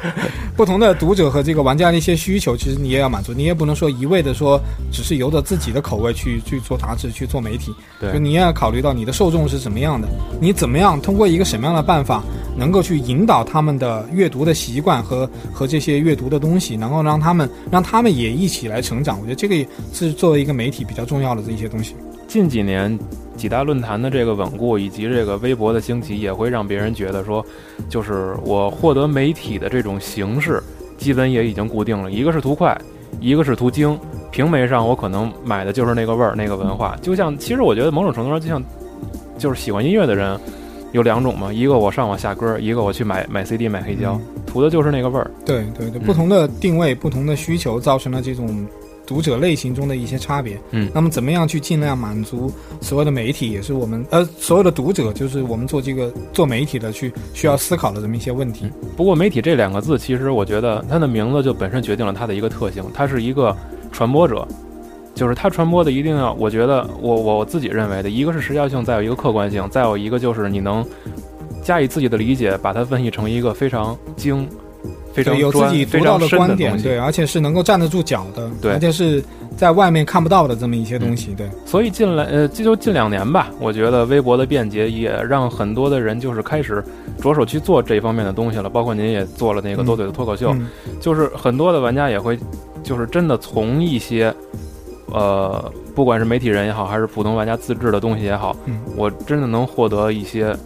Speaker 11: 不同的读者和这个玩家的一些需求，其实你也要满足，你也不能说一味的说只是由着自己的口味去去做杂志、去做媒体，
Speaker 1: 对
Speaker 11: 就你也要考虑到你的受众是什么样的，你怎么样通过一个什么样的办法能够去引导他们的阅读的习惯和和这些阅读的东西，能够让他们让他们也一起来成长，我觉得这个也是作为一个媒体比较重要的这一些东西。
Speaker 1: 近几年几大论坛的这个稳固以及这个微博的兴起，也会让别人觉得说，就是我获得媒体的这种形式，基本也已经固定了，一个是图快，一个是图精。平媒上我可能买的就是那个味儿，那个文化。就像其实我觉得某种程度上，就像就是喜欢音乐的人有两种嘛，一个我上网下歌，一个我去买买 CD 买黑
Speaker 11: 嗯
Speaker 1: 胶，图的就是那个味儿。
Speaker 11: 对对
Speaker 1: 嗯
Speaker 11: 对，不同的定位、不同的需求，造成了这种读者类型中的一些差别。
Speaker 1: 嗯
Speaker 11: 那么怎么样去尽量满足所有的媒体，也是我们呃所有的读者，就是我们做这个做媒体的去需要思考的这么一些问题。
Speaker 1: 不过“媒体”这两个字，其实我觉得它的名字就本身决定了它的一个特性，它是一个传播者，就是它传播的一定要，我觉得我我我自己认为的一个是时效性，再有一个客观性，再有一个就是你能加以自己的理解，把它分析成一个非常精、非常
Speaker 11: 对有自
Speaker 1: 专
Speaker 11: 己独
Speaker 1: 非
Speaker 11: 到
Speaker 1: 常深
Speaker 11: 观
Speaker 1: 的
Speaker 11: 点
Speaker 1: 东，西。
Speaker 11: 对，而且是能够站得住脚的，
Speaker 1: 对嗯
Speaker 11: 而且是在外面看不到的这么一些东西，对。
Speaker 1: 所以近来呃，这就近两年吧，我觉得微博的便捷也让很多的人就是开始着手去做这方面的东西了。包括您也做了那个
Speaker 11: 嗯
Speaker 1: 多嘴的脱口秀，
Speaker 11: 嗯
Speaker 1: 就是很多的玩家也会，就是真的从一些，呃，不管是媒体人也好，还是普通玩家自制的东西也好，
Speaker 11: 嗯
Speaker 1: 我真的能获得一些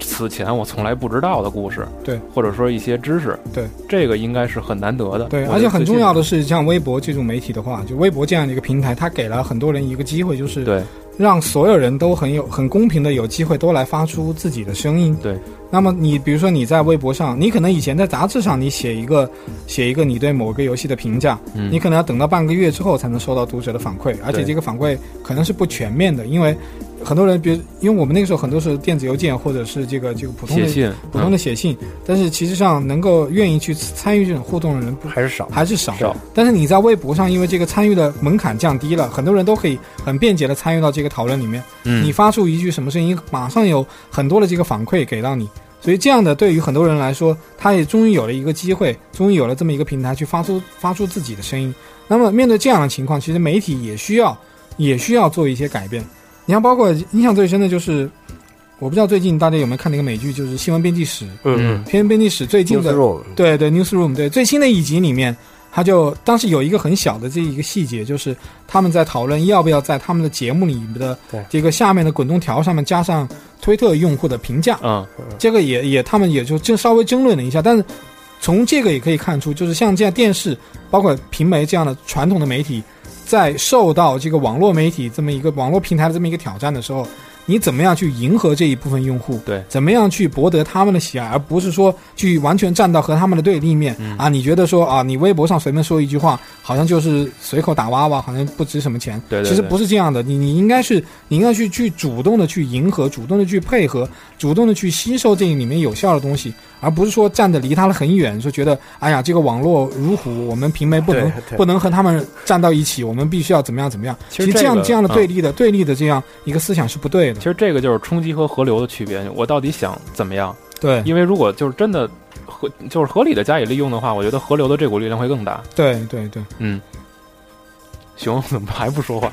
Speaker 1: 此前我从来不知道的故事，
Speaker 11: 对，
Speaker 1: 或者说一些知识，
Speaker 11: 对，
Speaker 1: 这个应该是很难得的，
Speaker 11: 对，
Speaker 1: 我
Speaker 11: 而且
Speaker 1: 觉得
Speaker 11: 很
Speaker 1: 最
Speaker 11: 重
Speaker 1: 近
Speaker 11: 要的是，像微博这种媒体的话，就微博这样的一个平台，它给了很多人一个机会，就是
Speaker 1: 对
Speaker 11: 让所有人都很有很公平的有机会都来发出自己的声音。
Speaker 1: 对，
Speaker 11: 那么你比如说你在微博上，你可能以前在杂志上你写一个写一个你对某个游戏的评价，
Speaker 1: 嗯
Speaker 11: 你可能要等到半个月之后才能收到读者的反馈，而且
Speaker 1: 对
Speaker 11: 这个反馈可能是不全面的，因为很多人，比如因为我们那个时候很多是电子邮件或者是这个这个普通的
Speaker 1: 写信嗯
Speaker 11: 普通的写信，但是其实上能够愿意去参与这种互动的人不
Speaker 8: 还是少，
Speaker 11: 还是少。
Speaker 1: 少
Speaker 11: 但是你在微博上，因为这个参与的门槛降低了，很多人都可以很便捷的参与到这个讨论里面。
Speaker 1: 嗯
Speaker 11: 你发出一句什么声音，马上有很多的这个反馈给到你。所以这样的对于很多人来说，他也终于有了一个机会，终于有了这么一个平台去发出发出自己的声音。那么面对这样的情况，其实媒体也需要也需要做一些改变。你像包括印象最深的就是，我不知道最近大家有没有看那个美剧，就是《新闻编辑室》。
Speaker 8: 嗯
Speaker 11: 新闻编辑室最近的
Speaker 8: Newsroom
Speaker 11: 对对 Newsroom 对最新的一集里面，他就当时有一个很小的这一个细节，就是他们在讨论要不要在他们的节目里面的
Speaker 8: 对
Speaker 11: 这个下面的滚动条上面加上推特用户的评价。
Speaker 1: 嗯，
Speaker 11: 这个也也他们也就就稍微争论了一下，但是从这个也可以看出，就是像这样电视，包括平媒这样的传统的媒体，在受到这个网络媒体这么一个网络平台的这么一个挑战的时候，你怎么样去迎合这一部分用户？
Speaker 1: 对，
Speaker 11: 怎么样去博得他们的喜爱，而不是说去完全站到和他们的对立面、
Speaker 1: 嗯
Speaker 11: 啊？你觉得说啊，你微博上随便说一句话，好像就是随口打哇哇，好像不值什么钱。
Speaker 1: 对对对
Speaker 11: 其实不是这样的，你你应该是你应该去去主动的去迎合，主动的去配合，主动的去吸收这里面有效的东西，而不是说站得离他了很远，说觉得哎呀，这个网络如虎，我们平媒不能
Speaker 8: 对对
Speaker 11: 不能和他们站到一起，我们必须要怎么样怎么样。其
Speaker 1: 其实
Speaker 11: 这啊
Speaker 1: 这
Speaker 11: 样
Speaker 1: 个
Speaker 11: 这样的
Speaker 1: 嗯
Speaker 11: 对立的、对立的这样一个思想是不对的
Speaker 1: 其。实这个就是冲击和河流的区别，我到底想怎么样？
Speaker 11: 对
Speaker 1: 因为如果就是真的合就是合理的加以利用的话，我觉得河流的这股力量会更大。
Speaker 11: 对对对，
Speaker 1: 嗯，熊怎么还不说话？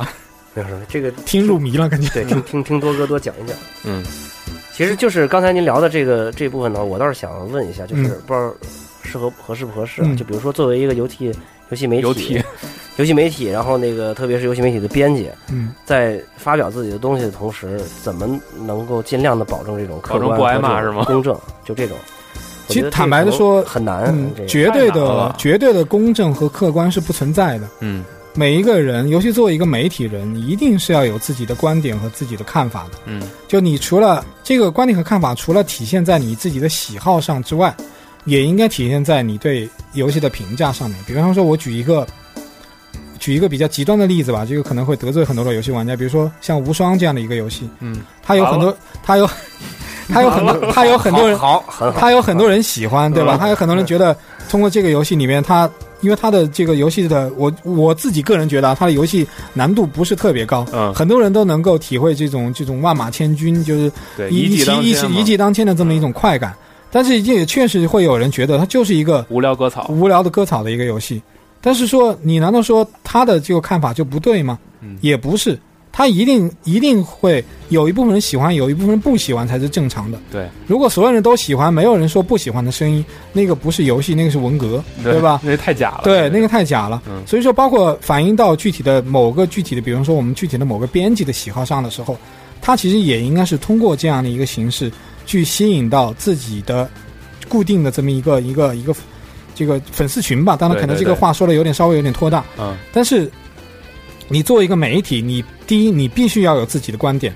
Speaker 8: 没有什么，这个
Speaker 11: 听入迷了，感觉。
Speaker 8: 对，听听听多哥多讲一讲。
Speaker 1: 嗯，
Speaker 8: 其实就是刚才您聊的这个这部分呢，我倒是想问一下，就是
Speaker 11: 嗯
Speaker 8: 不知道适合合适不合适啊、
Speaker 11: 嗯
Speaker 8: 就比如说，作为一个游戏游戏媒体，
Speaker 1: 游戏
Speaker 8: 游戏媒体，然后那个特别是游戏媒体的编辑，
Speaker 11: 嗯，
Speaker 8: 在发表自己的东西的同时，怎么能够尽量的保证这种客
Speaker 1: 保证
Speaker 8: 观
Speaker 1: 不挨
Speaker 8: 和这
Speaker 1: 骂
Speaker 8: 种
Speaker 1: 是吗
Speaker 8: 公正，就这种。我
Speaker 11: 其
Speaker 8: 觉
Speaker 11: 实
Speaker 8: 得这
Speaker 11: 坦白地
Speaker 8: 可能
Speaker 11: 说
Speaker 8: 很难。
Speaker 11: 嗯
Speaker 8: 这，个
Speaker 11: 绝对
Speaker 1: 太难
Speaker 11: 的
Speaker 1: 了
Speaker 11: 绝对的公正和客观是不存在的。
Speaker 1: 嗯，
Speaker 11: 每一个人，尤其作为一个媒体人，你一定是要有自己的观点和自己的看法的。
Speaker 1: 嗯，
Speaker 11: 就你除了这个观点和看法，除了体现在你自己的喜好上之外，也应该体现在你对游戏的评价上面。比方说，我举一个举一个比较极端的例子吧，这个可能会得罪很多的游戏玩家。比如说像《无双》这样的一个游戏，
Speaker 1: 嗯，
Speaker 11: 它有很多，它 有它有很多， 它有很多人
Speaker 8: 好，很好。嗯
Speaker 11: 他有很多人喜欢，对吧？他有很多人觉得通过这个游戏里面，他因为他的这个游戏的，我我自己个人觉得啊，他的游戏难度不是特别高，
Speaker 1: 嗯
Speaker 11: 很多人都能够体会这种这种万马千军，就是
Speaker 1: 对，
Speaker 11: 一
Speaker 1: 骑
Speaker 11: 骑
Speaker 1: 当
Speaker 11: 一
Speaker 1: 先
Speaker 11: 骑
Speaker 1: 嘛
Speaker 11: 一骑当千的这么一种快感。但是也确实会有人觉得它就是一个
Speaker 1: 无聊割草。
Speaker 11: 无聊的割草的一个游戏。但是说，你难道说他的这个看法就不对吗？
Speaker 1: 嗯
Speaker 11: 也不是，他一定一定会有一部分人喜欢，有一部分人不喜欢才是正常的。
Speaker 1: 对，
Speaker 11: 如果所有人都喜欢，没有人说不喜欢的声音，那个不是游戏，那个是文革，对吧？
Speaker 1: 那太假了。
Speaker 11: 对，那个太假了。
Speaker 1: 嗯
Speaker 11: 所以说，包括反映到具体的某个具体的，比如说我们具体的某个编辑的喜好上的时候，他其实也应该是通过这样的一个形式去吸引到自己的固定的这么一个一个一个这个粉丝群吧。当然，
Speaker 1: 对
Speaker 11: 可能
Speaker 1: 对
Speaker 11: 这个
Speaker 1: 对
Speaker 11: 话说的有点稍微有点拖大，
Speaker 1: 嗯，
Speaker 11: 但是你作为一个媒体，你第一，你必须要有自己的观点；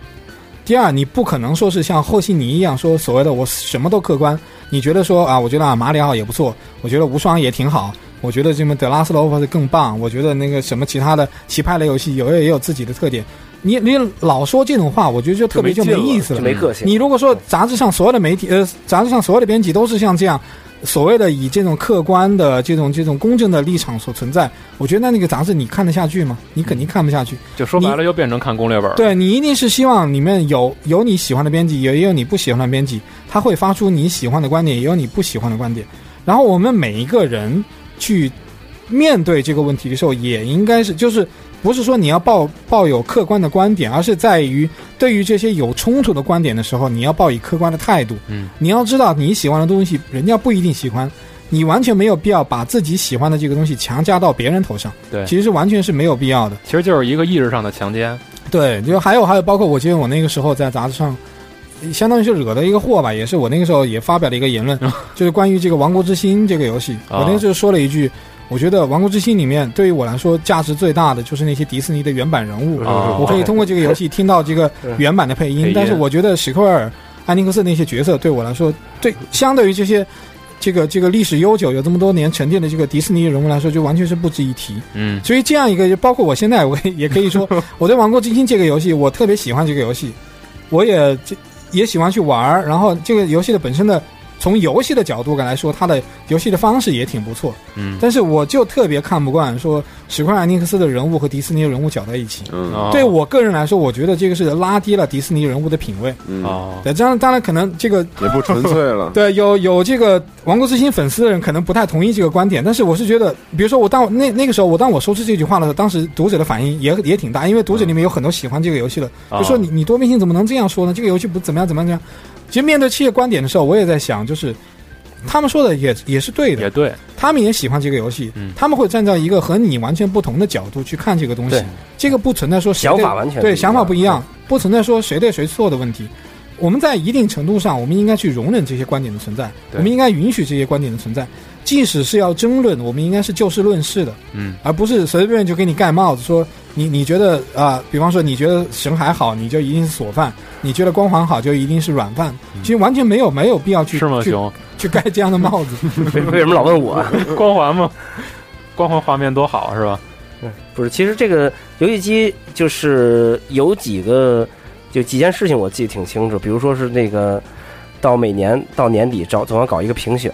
Speaker 11: 第二，你不可能说是像后期你一样说所谓的我什么都客观。你觉得说啊，我觉得啊马里奥也不错，我觉得无双也挺好，我觉得什么德拉斯罗夫更棒，我觉得那个什么其他的棋牌类游戏有也有自己的特点。你你老说这种话，我觉得就特别就
Speaker 1: 就没
Speaker 11: 没
Speaker 1: 劲了
Speaker 11: 意思
Speaker 8: 就
Speaker 11: 了。
Speaker 8: 没个性。
Speaker 11: 你如果说杂志上所有的媒体，呃，杂志上所有的编辑都是像这样，所谓的以这种客观的、这种这种公正的立场所存在，我觉得那那个杂志你看得下去吗？你肯定看不下去。
Speaker 1: 就说白了又变成看攻略本儿。
Speaker 11: 对你一定是希望里面有有你喜欢的编辑，也有你不喜欢的编辑，他会发出你喜欢的观点，也有你不喜欢的观点。然后我们每一个人去面对这个问题的时候，也应该是就是不是说你要抱抱有客观的观点，而是在于对于这些有冲突的观点的时候，你要抱以客观的态度。
Speaker 1: 嗯，
Speaker 11: 你要知道你喜欢的东西，人家不一定喜欢。你完全没有必要把自己喜欢的这个东西强加到别人头上，
Speaker 1: 对
Speaker 11: 其实是完全是没有必要的。
Speaker 1: 其实就是一个意识上的强奸。
Speaker 11: 对，就还有还有，包括我记得我那个时候在杂志上，相当于是惹的一个祸吧，也是我那个时候也发表了一个言论，就是关于这个《王国之心》这个游戏，
Speaker 1: 啊
Speaker 11: 我那时候说了一句。我觉得《王国之心》里面对于我来说价值最大的就是那些迪士尼的原版人物，
Speaker 1: 哦
Speaker 11: 我可以通过这个游戏听到这个原版的配
Speaker 1: 配
Speaker 11: 音
Speaker 1: 音。
Speaker 11: 但是我觉得史克威尔、安尼克斯那些角色对我来说，对相对于这些这个这个历史悠久、有这么多年沉淀的这个迪士尼人物来说，就完全是不值一提。
Speaker 1: 嗯，
Speaker 11: 所以这样一个，就包括我现在，我 也也可以 说，我对《王国之心》这个游戏，我特别喜欢这个游戏，我也这也喜欢去玩儿。然后这个游戏的本身的，从游戏的角度来说，它的游戏的方式也挺不错。
Speaker 1: 嗯，
Speaker 11: 但是我就特别看不惯说史克尔艾尼克斯的人物和迪士尼人物搅在一起。
Speaker 1: 哦
Speaker 11: 对我个人来说，我觉得这个是拉低了迪士尼人物的品味。
Speaker 10: 嗯，
Speaker 1: 哦，
Speaker 11: 对，当然，当然可能这个。
Speaker 10: 也不纯粹了
Speaker 11: 对，有有这个《王国之心》粉丝的人可能不太同意这个观点，但是我是觉得，比如说我当我那那个时候，我当我说出这句话的时候，当时读者的反应也也挺大，因为读者里面有很多喜欢这个游戏的，
Speaker 1: 啊
Speaker 11: 就
Speaker 1: 哦
Speaker 11: 说你你多边性怎么能这样说呢？这个游戏不怎么样怎么样怎么样。其实面对这些观点的时候，我也在想，就是他们说的也也是对
Speaker 1: 也
Speaker 11: 的，
Speaker 1: 对，
Speaker 11: 他们也喜欢这个游戏，
Speaker 1: 嗯
Speaker 11: 他们会站在一个和你完全不同的角度去看这个东西
Speaker 8: 对，
Speaker 11: 这个不存在说谁
Speaker 8: 想
Speaker 11: 对
Speaker 8: 法完全不一
Speaker 11: 对
Speaker 8: 样
Speaker 11: 想法不一样，不存在说谁对谁错的问题。我们在一定程度上，我们应该去容忍这些观点的存在，
Speaker 1: 对
Speaker 11: 我们应该允许这些观点的存在。即使是要争论，我们应该是就事论事的，
Speaker 1: 嗯，
Speaker 11: 而不是随随便便就给你盖帽子说你你觉得啊、比方说你觉得神海好，你就一定是锁饭；你觉得光环好，就一定是软饭。
Speaker 8: 嗯
Speaker 11: 其实完全没有没有必要去
Speaker 1: 是吗？
Speaker 11: 去
Speaker 1: 熊，
Speaker 11: 去盖这样的帽子。
Speaker 8: 为什么老问我？啊
Speaker 1: 光环吗？光环画面多好是吧？
Speaker 8: 不是，其实这个游戏机就是有几个，有几件事情我记得挺清楚，比如说是那个到每年到年底找总要搞一个评选，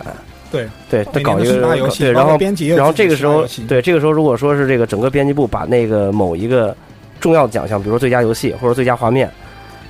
Speaker 11: 对
Speaker 8: 对，他
Speaker 11: 每年
Speaker 8: 搞
Speaker 11: 都
Speaker 8: 一
Speaker 11: 是
Speaker 8: 个
Speaker 11: 八游戏
Speaker 8: 对，
Speaker 11: 包
Speaker 8: 然
Speaker 11: 括
Speaker 8: 后
Speaker 11: 编辑也有
Speaker 8: 然后
Speaker 11: 自己
Speaker 8: 这个时
Speaker 11: 十八
Speaker 8: 候
Speaker 11: 游戏
Speaker 8: 对这个时候如果说是这个整个编辑部把那个某一个重要的奖项，比如说最佳游戏或者最佳画面。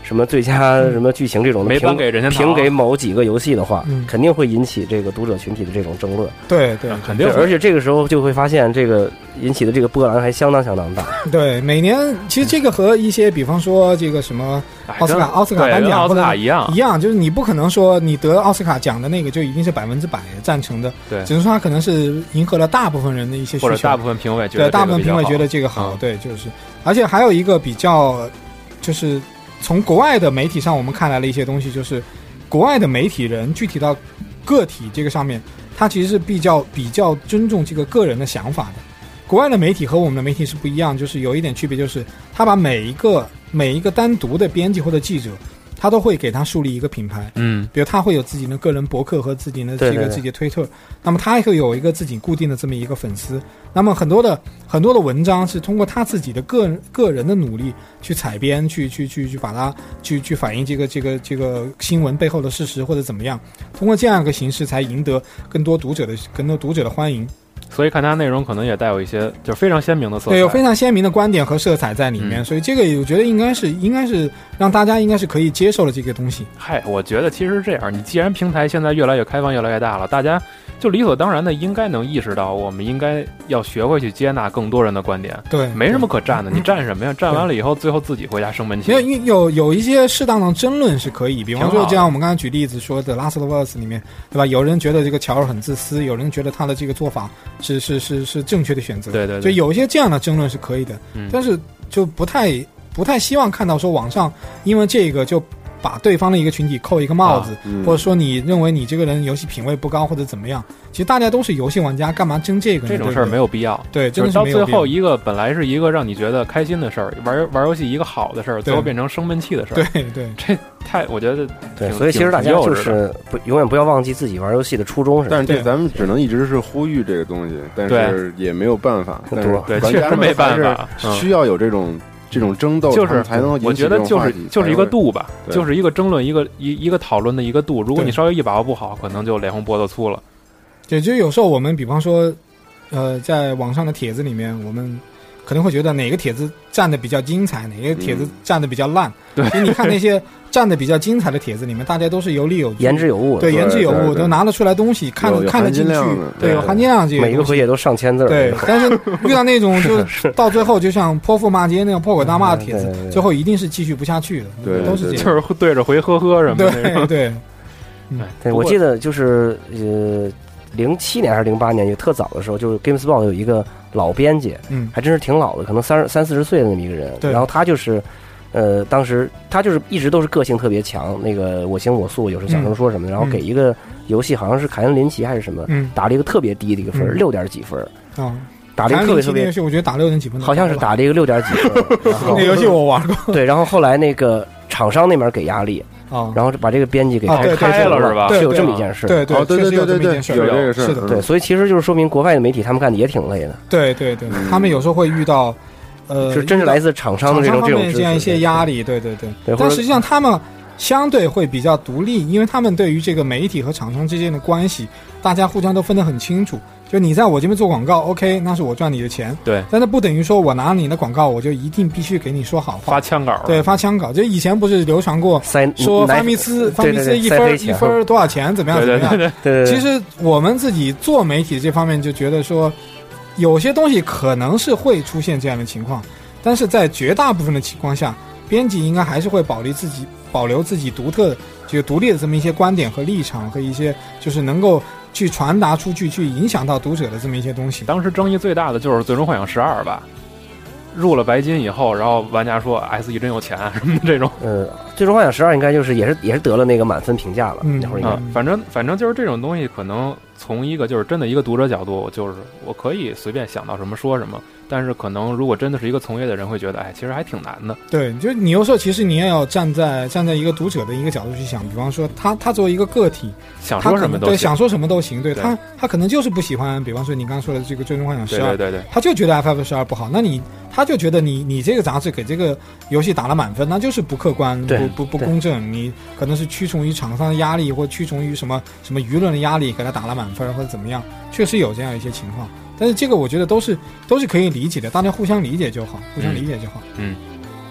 Speaker 8: 什么最佳什么剧情这种的
Speaker 1: 没
Speaker 8: 评
Speaker 1: 颁给任天堂
Speaker 8: 评给某几个游戏的话
Speaker 11: 嗯，
Speaker 8: 肯定会引起这个读者群体的这种争论。
Speaker 11: 对对
Speaker 1: 肯
Speaker 8: 嗯对
Speaker 1: 定，，
Speaker 8: 而且这个时候就会发现，这个引起的这个波澜还相当相当大。
Speaker 11: 对，每年其实这个和一些比方说这个什么
Speaker 1: 哎
Speaker 11: 奥斯
Speaker 1: 跟
Speaker 11: 卡奥斯卡
Speaker 1: 对
Speaker 11: 颁
Speaker 1: 跟
Speaker 11: 奖
Speaker 1: 奥斯
Speaker 11: 或
Speaker 1: 卡
Speaker 11: 者
Speaker 1: 一样
Speaker 11: 一，样，就是你不可能说你得奥斯卡奖的那个就一定是百分之百赞成的，
Speaker 1: 对
Speaker 11: 只，能说它可能是迎合了大部分人的一些需
Speaker 1: 或者大
Speaker 11: 求
Speaker 1: 部，分评委觉得
Speaker 11: 对，大部分
Speaker 1: 这个比较
Speaker 11: 评委
Speaker 1: 好
Speaker 11: 觉得这个好，
Speaker 1: 嗯
Speaker 11: 对，就是，而且还有一个比较，就是从国外的媒体上我们看来了一些东西，就是国外的媒体人具体到个体这个上面，他其实是比较比较尊重这个个人的想法的。国外的媒体和我们的媒体是不一样，就是有一点区别，就是他把每一个每一个单独的编辑或者记者，他都会给他树立一个品牌，
Speaker 1: 嗯，
Speaker 11: 比如他会有自己的个人博客和自己的
Speaker 8: 对
Speaker 11: 这
Speaker 8: 对
Speaker 11: 个自
Speaker 8: 对
Speaker 11: 己的推特，那么他也会有一个自己固定的这么一个粉丝。那么很多的很多的文章是通过他自己的个人个人的努力去采编，去去去去把它去去反映这个这个这个新闻背后的事实或者怎么样，通过这样一个形式才赢得更多读者的更多读者的欢迎。
Speaker 1: 所以看它内容可能也带有一些就是非常鲜明的色彩，
Speaker 11: 对，有非常鲜明的观点和色彩在里面，
Speaker 1: 嗯
Speaker 11: 所以这个我觉得应该是应该是让大家应该是可以接受的这个东西。
Speaker 1: 嗨，我觉得其实是这样，你既然平台现在越来越开放、越来越大了，大家就理所当然的应该能意识到，我们应该要学会去接纳更多人的观点，
Speaker 11: 嗯对，
Speaker 1: 没什么可站的，你站什么呀？站完了以后，最后自己回家生闷气
Speaker 11: 没有，。因为有有一些适当的争论是可以，比方
Speaker 1: 挺
Speaker 11: 说
Speaker 1: 好的
Speaker 11: 就像我们刚才举例子说的《Last of Us》里面，对吧？有人觉得这个乔尔很自私，有人觉得他的这个做法是是是是正确的选择，
Speaker 1: 对对
Speaker 11: 就
Speaker 1: 对，
Speaker 11: 有一些这样的争论是可以的，
Speaker 1: 嗯
Speaker 11: 但是就不太不太希望看到说网上因为这个就把对方的一个群体扣一个帽
Speaker 1: 啊
Speaker 11: 子，
Speaker 10: 嗯
Speaker 11: 或者说你认为你这个人游戏品味不高或者怎么样，其实大家都是游戏玩家，干嘛争这个呢？
Speaker 1: 这种
Speaker 11: 对
Speaker 1: 事儿
Speaker 11: 不对
Speaker 1: 没有必要。
Speaker 11: 对，
Speaker 1: 就
Speaker 11: 真的
Speaker 1: 是
Speaker 11: 是
Speaker 1: 到
Speaker 11: 没有
Speaker 1: 最
Speaker 11: 必要
Speaker 1: 后一个本来是一个让你觉得开心的事儿，玩玩游戏一个好的事儿，最后变成生闷气的事儿。
Speaker 11: 对，对
Speaker 1: 这太我觉得
Speaker 8: 对，
Speaker 1: 挺
Speaker 8: 所以其实大家
Speaker 1: 挺幼
Speaker 8: 就
Speaker 1: 稚的
Speaker 8: 是不永远不要忘记自己玩游戏的初衷是吧
Speaker 10: 但是这
Speaker 11: 对
Speaker 10: 咱们只能一直是呼吁这个东西，但是也没有办法。但是
Speaker 1: 对，
Speaker 10: 玩
Speaker 1: 确
Speaker 10: 家
Speaker 1: 实
Speaker 10: 们
Speaker 1: 没办
Speaker 10: 还
Speaker 1: 法。
Speaker 10: 是
Speaker 1: 嗯
Speaker 10: 需要有这种这种争斗，
Speaker 1: 就
Speaker 10: 他们
Speaker 1: 是
Speaker 10: 才能
Speaker 1: 我
Speaker 10: 引起
Speaker 1: 觉得
Speaker 10: 这种
Speaker 1: 就
Speaker 10: 话
Speaker 1: 是
Speaker 10: 题
Speaker 1: 就是一个，度吧，
Speaker 10: 对
Speaker 1: 就是一个争论，一个一一个讨论的一个度。如果
Speaker 11: 对
Speaker 1: 你稍微一把握不好，可能就脸红脖子粗了。
Speaker 11: 对，就有时候我们比方说，呃，在网上的帖子里面，我们可能会觉得哪个帖子站的比较精彩，哪个帖子
Speaker 10: 嗯
Speaker 11: 站的比较烂。对，其实你看那些站的比较精彩的帖子里面，大家都是有理有据，
Speaker 8: 言之有物，
Speaker 11: 对
Speaker 10: 对
Speaker 11: 言之有
Speaker 10: 对
Speaker 11: 物，
Speaker 10: 对
Speaker 11: 都拿得出来东西，看
Speaker 10: 有
Speaker 11: 得
Speaker 10: 有
Speaker 11: 看得
Speaker 10: 含金
Speaker 11: 进去
Speaker 10: 量的，
Speaker 11: 对，有
Speaker 10: 对
Speaker 11: 含金量这些
Speaker 8: 每一个
Speaker 11: 东西
Speaker 8: 回。页都上千字儿。
Speaker 11: 对，但是遇到那种就是到最后就像泼妇骂街那样破口大骂的帖
Speaker 8: 嗯对对
Speaker 11: 子，
Speaker 8: 对
Speaker 11: 最后一定是继续不下去的，
Speaker 10: 对
Speaker 11: 都是这
Speaker 10: 对
Speaker 11: 样。
Speaker 1: 就是对着回呵呵什么的那
Speaker 11: 对
Speaker 1: 种。
Speaker 11: 对，
Speaker 1: 哎
Speaker 8: 对，我记得就是呃，零七年还是零八年，也特早的时候，就是 GameSpot 有一个老编辑，
Speaker 11: 嗯，
Speaker 8: 还真是挺老的，可能三三四十岁的那么一个人。
Speaker 11: 对
Speaker 8: 然后他就是，呃，当时他就是一直都是个性特别强，那个我行我素，有时
Speaker 11: 嗯
Speaker 8: 候小声说什么的。然后给一个游戏，好像是凯恩林奇还是什么，
Speaker 11: 嗯
Speaker 8: 打了一个特别低的一个分儿，
Speaker 11: 嗯
Speaker 8: 六点几分儿，
Speaker 11: 啊，
Speaker 8: 打了一
Speaker 11: 反
Speaker 8: 个
Speaker 11: 正零
Speaker 8: 特别
Speaker 11: 七
Speaker 8: 特
Speaker 11: 年游
Speaker 8: 别，
Speaker 11: 戏我觉得打六点几分，
Speaker 8: 好像是打了一个六点几 分儿。然后
Speaker 11: 那游戏我玩过
Speaker 8: 对，然后后来那个厂商那边给压力，
Speaker 11: 啊，
Speaker 8: 然后把这个编辑给
Speaker 11: 啊对
Speaker 1: 哦开了是吧
Speaker 11: 对
Speaker 8: 是有
Speaker 11: 对
Speaker 8: 这么一件事。
Speaker 11: 对对
Speaker 10: 哦对
Speaker 11: 确实
Speaker 10: 对
Speaker 11: 有
Speaker 10: 对
Speaker 11: 这么一
Speaker 10: 对
Speaker 11: 件事
Speaker 10: 对，
Speaker 11: 儿
Speaker 10: 有这个事儿，
Speaker 11: 是的
Speaker 10: 嗯
Speaker 8: 对，所以其实就是说明国外的媒体他们干的也挺累的，
Speaker 11: 对对对，他们有时候会遇到，呃，
Speaker 8: 就是真是来
Speaker 11: 遇
Speaker 8: 自厂
Speaker 11: 到
Speaker 8: 商
Speaker 11: 厂
Speaker 8: 的这
Speaker 11: 商
Speaker 8: 种
Speaker 11: 方
Speaker 8: 这种
Speaker 11: 面
Speaker 8: 支
Speaker 11: 这样
Speaker 8: 持
Speaker 11: 一些压力，对对对。
Speaker 8: 对，或
Speaker 11: 但
Speaker 8: 者
Speaker 11: 实际上他们相对会比较独立，因为他们对于这个媒体和厂商之间的关系，大家互相都分得很清楚。就你在我这边做广告，OK，那是我赚你的钱，
Speaker 1: 对，
Speaker 11: 但那不等于说我拿你的广告，我就一定必须给你说好
Speaker 1: 发
Speaker 11: 话。
Speaker 1: 枪稿，
Speaker 11: 对，，发枪稿，就以前不是流传过
Speaker 8: 塞嗯
Speaker 11: 说
Speaker 8: 奶
Speaker 11: 发密斯，发
Speaker 8: 对
Speaker 11: 密
Speaker 8: 对
Speaker 11: 斯
Speaker 8: 对，
Speaker 11: 一分
Speaker 8: 塞飞
Speaker 11: 儿一
Speaker 8: 钱
Speaker 11: 分儿多少钱，怎么样
Speaker 1: 对
Speaker 11: 怎么
Speaker 1: 对
Speaker 11: 样
Speaker 1: 对？ 对，
Speaker 8: 对，对
Speaker 11: 其实我们自己做媒体这方面，就觉得说，有些东西可能是会出现这样的情况，但是在绝大部分的情况下，编辑应该还是会保留自己保留自己独特、这个独立的这么一些观点和立场和一些就是能够去传达出去、去影响到读者的这么一些东西。
Speaker 1: 当时争议最大的就是《最终幻想十二》吧，入了白金以后，然后玩家说 S E 真有钱什么这种，
Speaker 8: 嗯，最终幻想十二应该就是也是也是得了那个满分评价了，
Speaker 11: 嗯
Speaker 8: 那会儿应该
Speaker 1: 啊，反正反正就是这种东西，可能从一个就是真的一个读者角度，我就是我可以随便想到什么说什么，但是可能如果真的是一个从业的人，会觉得哎，其实还挺难的。
Speaker 11: 对，就是你有时候其实你也要站在站在一个读者的一个角度去想，比方说他他作为一个个体，
Speaker 1: 想
Speaker 11: 他
Speaker 1: 说什
Speaker 11: 可能
Speaker 1: 么都
Speaker 11: 对，
Speaker 1: 行
Speaker 11: 想说什么都行，对
Speaker 1: 对
Speaker 11: 他他可能就是不喜欢，比方说你刚刚说的这个《最终幻想十二》，
Speaker 1: 对对对对
Speaker 11: 他就觉得 FF 十二不好，那你他就觉得你你这个杂志给这个游戏打了满分，那就是不客观，
Speaker 8: 对
Speaker 11: 不不不
Speaker 8: 对
Speaker 11: 公正，你可能是屈从于厂商的压力，或屈从于什么什么舆论的压力，给他打了满分或者怎么样，确实有这样一些情况，但是这个我觉得都是都是可以理解的，大家互相理解就好，互相理解就好。
Speaker 1: 嗯，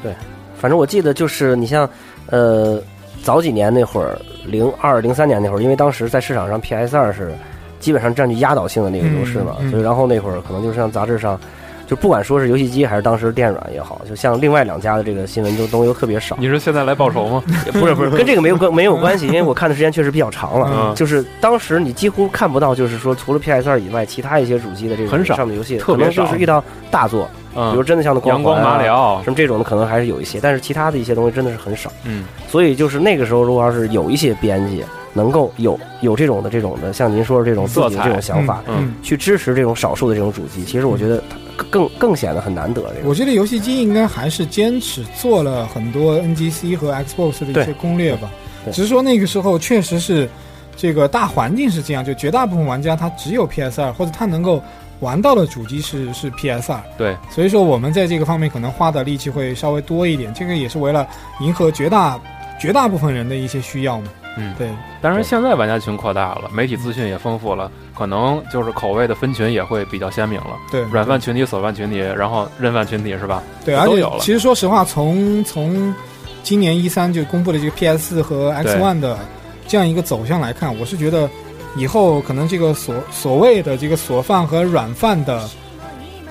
Speaker 8: 对，反正我记得就是你像呃早几年那会儿，零二零三年那会儿，因为当时在市场上 PS 二是基本上占据压倒性的那个优势嘛，
Speaker 12: 嗯嗯
Speaker 8: 所以然后那会儿可能就是像杂志上。就不管说是游戏机还是当时电软也好，就像另外两家的这个新闻就东西都特别少。
Speaker 1: 你是现在来报仇吗？
Speaker 8: 不是不是，跟这个没有关没有关系，因为我看的时间确实比较长了。
Speaker 1: 嗯
Speaker 8: 就是当时你几乎看不到，就是说除了 PS 二以外，其他一些主机的这个
Speaker 1: 很少
Speaker 8: 上的游戏，
Speaker 1: 特别
Speaker 8: 可能
Speaker 1: 少
Speaker 8: 就是遇到大作，
Speaker 1: 嗯
Speaker 8: 比如真的像那光
Speaker 1: 阳光
Speaker 8: 环啊
Speaker 1: 马里奥
Speaker 8: 什么这种的，可能还是有一些，但是其他的一些东西真的是很少。
Speaker 1: 嗯，
Speaker 8: 所以就是那个时候，如果要是有一些编辑能够有有这种的这种的，像您说的这种自
Speaker 1: 色
Speaker 8: 己
Speaker 1: 彩
Speaker 8: 的这种想法，
Speaker 1: 嗯嗯
Speaker 8: 去支持这种少数的这种主机，其实我觉得它更更显得很难得。这个
Speaker 11: 我觉得游戏机应该还是坚持做了很多 NGC 和 Xbox 的一些
Speaker 8: 对
Speaker 11: 攻略吧，
Speaker 8: 对
Speaker 11: 只是说那个时候确实是这个大环境是这样，就绝大部分玩家他只有 PS 二，或者他能够玩到的主机是是 PS 二，
Speaker 1: 对，
Speaker 11: 所以说我们在这个方面可能花的力气会稍微多一点，这个也是为了迎合绝大绝大部分人的一些需要嘛。
Speaker 1: 嗯，
Speaker 11: 对。
Speaker 1: 当然，现在玩家群扩大了，媒体资讯也丰富了，可能就是口味的分群也会比较鲜明了。
Speaker 11: 对
Speaker 1: 软饭群体、锁饭群体，然后认饭群体是吧？
Speaker 11: 对，
Speaker 1: 这
Speaker 11: 而
Speaker 1: 都
Speaker 11: 且
Speaker 1: 有了。
Speaker 11: 其实说实话，从从今年一三就公布的这个 PS 四和 X
Speaker 1: 对
Speaker 11: One 的这样一个走向来看，我是觉得以后可能这个所所谓的这个锁饭和软饭的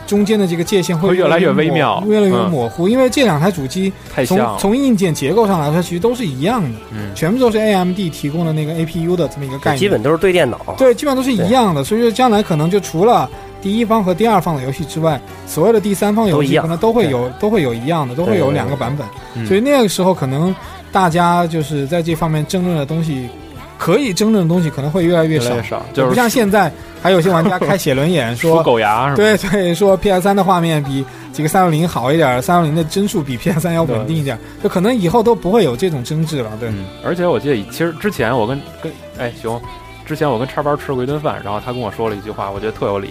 Speaker 11: 中间的这个界限
Speaker 1: 会
Speaker 11: 会
Speaker 1: 越来越微妙
Speaker 11: 越来越
Speaker 1: 嗯
Speaker 11: 模糊，因为这两台主机
Speaker 1: 太
Speaker 11: 从
Speaker 1: 像了
Speaker 11: 从硬件结构上来说，其实都是一样的，
Speaker 1: 嗯
Speaker 11: 全部都是 AMD 提供的那个 APU 的这么一个概念，
Speaker 8: 基本都是对电脑。
Speaker 11: 对，基本上都是一样的。所以说，将来可能就除了第一方和第二方的游戏之外，所有的第三方游
Speaker 8: 都一
Speaker 11: 戏
Speaker 8: 样
Speaker 11: 可能都会有都会有一样的，都会有两个版本。
Speaker 8: 对
Speaker 11: 所以那个时候，可能大家就是在这方面争论的东西。可以争论的东西可能会越来越
Speaker 1: 越
Speaker 11: 少，
Speaker 1: 来越少就是
Speaker 11: 不像现在还有些玩家开写轮眼说
Speaker 1: 说狗牙是吧
Speaker 11: 对对，说 PS 三的画面比这个三六零好一点，三六零的帧数比 PS 三要稳定一点，就可能以后都不会有这种争执了，对。
Speaker 1: 嗯而且我记得，其实之前我跟跟哎熊，之前我跟叉八吃过一顿饭，然后他跟我说了一句话，我觉得特有理，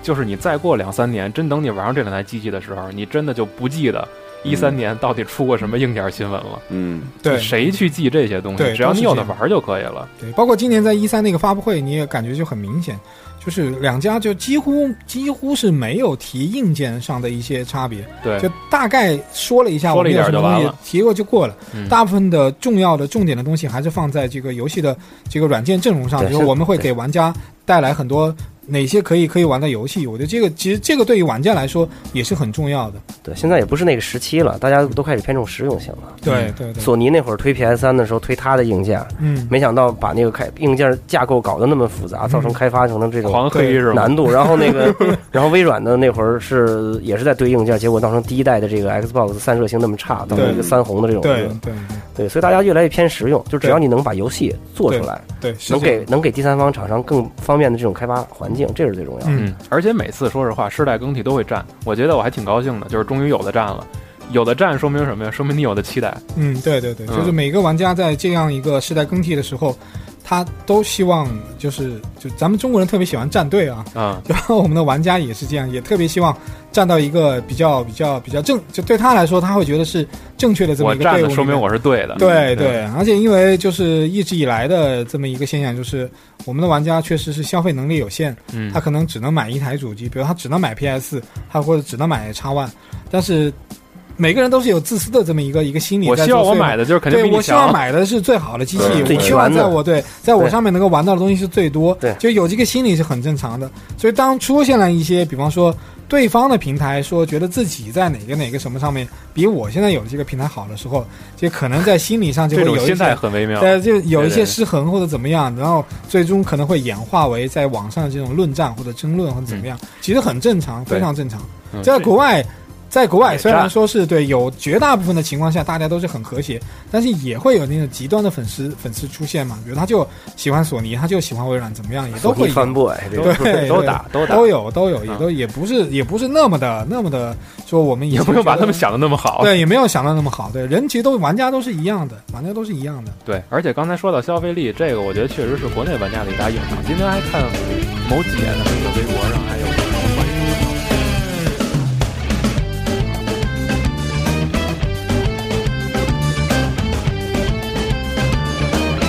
Speaker 1: 就是你再过两三年，真等你玩上这两台机器的时候，你真的就不记得一三年到底出过什么硬件新闻了。
Speaker 10: 嗯，
Speaker 11: 嗯对
Speaker 1: 谁去记这些东
Speaker 11: 对
Speaker 1: 西？只要你有的
Speaker 11: 都是这样
Speaker 1: 玩就可以了。
Speaker 11: 对，包括今年在一三那个发布会，你也感觉就很明显，就是两家就几乎几乎是没有提硬件上的一些差别，
Speaker 1: 对
Speaker 11: 就大概说了一下，
Speaker 1: 说
Speaker 11: 我
Speaker 1: 了
Speaker 11: 们
Speaker 1: 一
Speaker 11: 有
Speaker 1: 点
Speaker 11: 什
Speaker 1: 就
Speaker 11: 么
Speaker 1: 完
Speaker 11: 东西
Speaker 1: 了
Speaker 11: 提过就过了，
Speaker 1: 嗯
Speaker 11: 大部分的重要的重点的东西还是放在这个游戏的这个软件阵容上，
Speaker 8: 对
Speaker 11: 比如
Speaker 8: 是
Speaker 11: 我们会
Speaker 8: 对
Speaker 11: 给玩家带来很多。哪些可以可以玩的游戏？我觉得这个其实这个对于玩家来说也是很重要
Speaker 1: 嗯
Speaker 11: 的。
Speaker 8: 对，现在也不是那个时期了，大家都开始偏重实用性了。
Speaker 11: 对对对
Speaker 8: 索尼那会儿推 PS 三的时候推它的硬件，
Speaker 11: 嗯
Speaker 8: 没想到把那个开硬件架构搞得那么复杂，造成开发成了这种
Speaker 1: 狂黑是吧
Speaker 8: 难度。然后那个，然后微软的那会儿是也是在堆硬件，结果造成第一代的这个 Xbox 散射性那么差，造成一个三红的这种
Speaker 11: 对
Speaker 8: 东西
Speaker 11: 对
Speaker 8: 对，所以大家越来越偏实用，就只要
Speaker 11: 对
Speaker 8: 你能把游戏做出来，
Speaker 11: 对对是
Speaker 8: 能
Speaker 11: 这样
Speaker 8: 给能给第三方厂商更方便的这种开发环境，这是最重要的。
Speaker 1: 嗯，而且每次说实话，世代更替都会占，我觉得我还挺高兴的，就是终于有的占了。有的占说明什么呀？说明你有的期待。
Speaker 11: 嗯，对对对，
Speaker 1: 嗯
Speaker 11: 就是每个玩家在这样一个时代更替的时候，他都希望就是就咱们中国人特别喜欢站队啊，
Speaker 1: 啊、
Speaker 11: 然后我们的玩家也是这样，也特别希望站到一个比较比较比较正，就对他来说，他会觉得是正确的这
Speaker 1: 我
Speaker 11: 么一个队伍
Speaker 1: 占
Speaker 11: 里面。
Speaker 1: 的说明我是对的。
Speaker 11: 对
Speaker 1: 嗯
Speaker 11: 对，而且因为就是一直以来的这么一个现象，就是我们的玩家确实是消费能力有限，
Speaker 1: 嗯
Speaker 11: 他可能只能买一台主机，比如他只能买 PS，他或者只能买 X One，但是。每个人都是有自私的这么一个一个心理
Speaker 1: 我
Speaker 11: 在作祟嘛。
Speaker 1: 希望我买的就是肯定比
Speaker 11: 对
Speaker 1: 你
Speaker 11: 我希望
Speaker 1: 强
Speaker 11: 买的是最好的机器，
Speaker 1: 对最
Speaker 11: 我希望
Speaker 1: 全的
Speaker 11: 在我对，在我
Speaker 1: 对
Speaker 11: 上面能够玩到的东西是最多。
Speaker 1: 对
Speaker 11: 就有这个心理是很正常的。所以当出现了一些，比方说对方的平台说觉得自己在哪个哪个什么上面比我现在有这个平台好的时候，就可能在心理上就会
Speaker 1: 这
Speaker 11: 有
Speaker 1: 种
Speaker 11: 一些
Speaker 1: 心态很微妙
Speaker 11: 对，就有一
Speaker 1: 对
Speaker 11: 些
Speaker 1: 对
Speaker 11: 失衡或者怎么样，然后最终可能会演化为在网上的这种论战或者争论或者怎么样，其实很正
Speaker 1: 嗯
Speaker 11: 常，
Speaker 1: 对
Speaker 11: 非常正常
Speaker 1: 嗯。
Speaker 11: 在国外。在国
Speaker 12: 野
Speaker 11: 外
Speaker 12: 战
Speaker 11: 虽然说是对有绝大部分的情况下大家都是很和谐，但是也会有那种极端的粉丝粉丝出现嘛，比如他就喜欢索尼，他就喜欢微软，怎么样也都
Speaker 8: 索
Speaker 11: 会有
Speaker 8: 尼 fanboy，这个
Speaker 11: 对对，
Speaker 8: 都打
Speaker 11: 都
Speaker 8: 都打
Speaker 11: 有都
Speaker 1: 嗯
Speaker 11: 有，也都也不是也不是那么的那么的说我们以
Speaker 1: 也
Speaker 11: 前
Speaker 1: 不用把
Speaker 11: 觉得
Speaker 1: 他们想的那么好。
Speaker 11: 对，也没有想到那么好，对人其实都玩家都是一样的，玩家都是一样的。
Speaker 1: 对，而且刚才说到消费力，这个我觉得确实是国内玩家的一大硬伤。今天还看某姐的那个微博上还有关于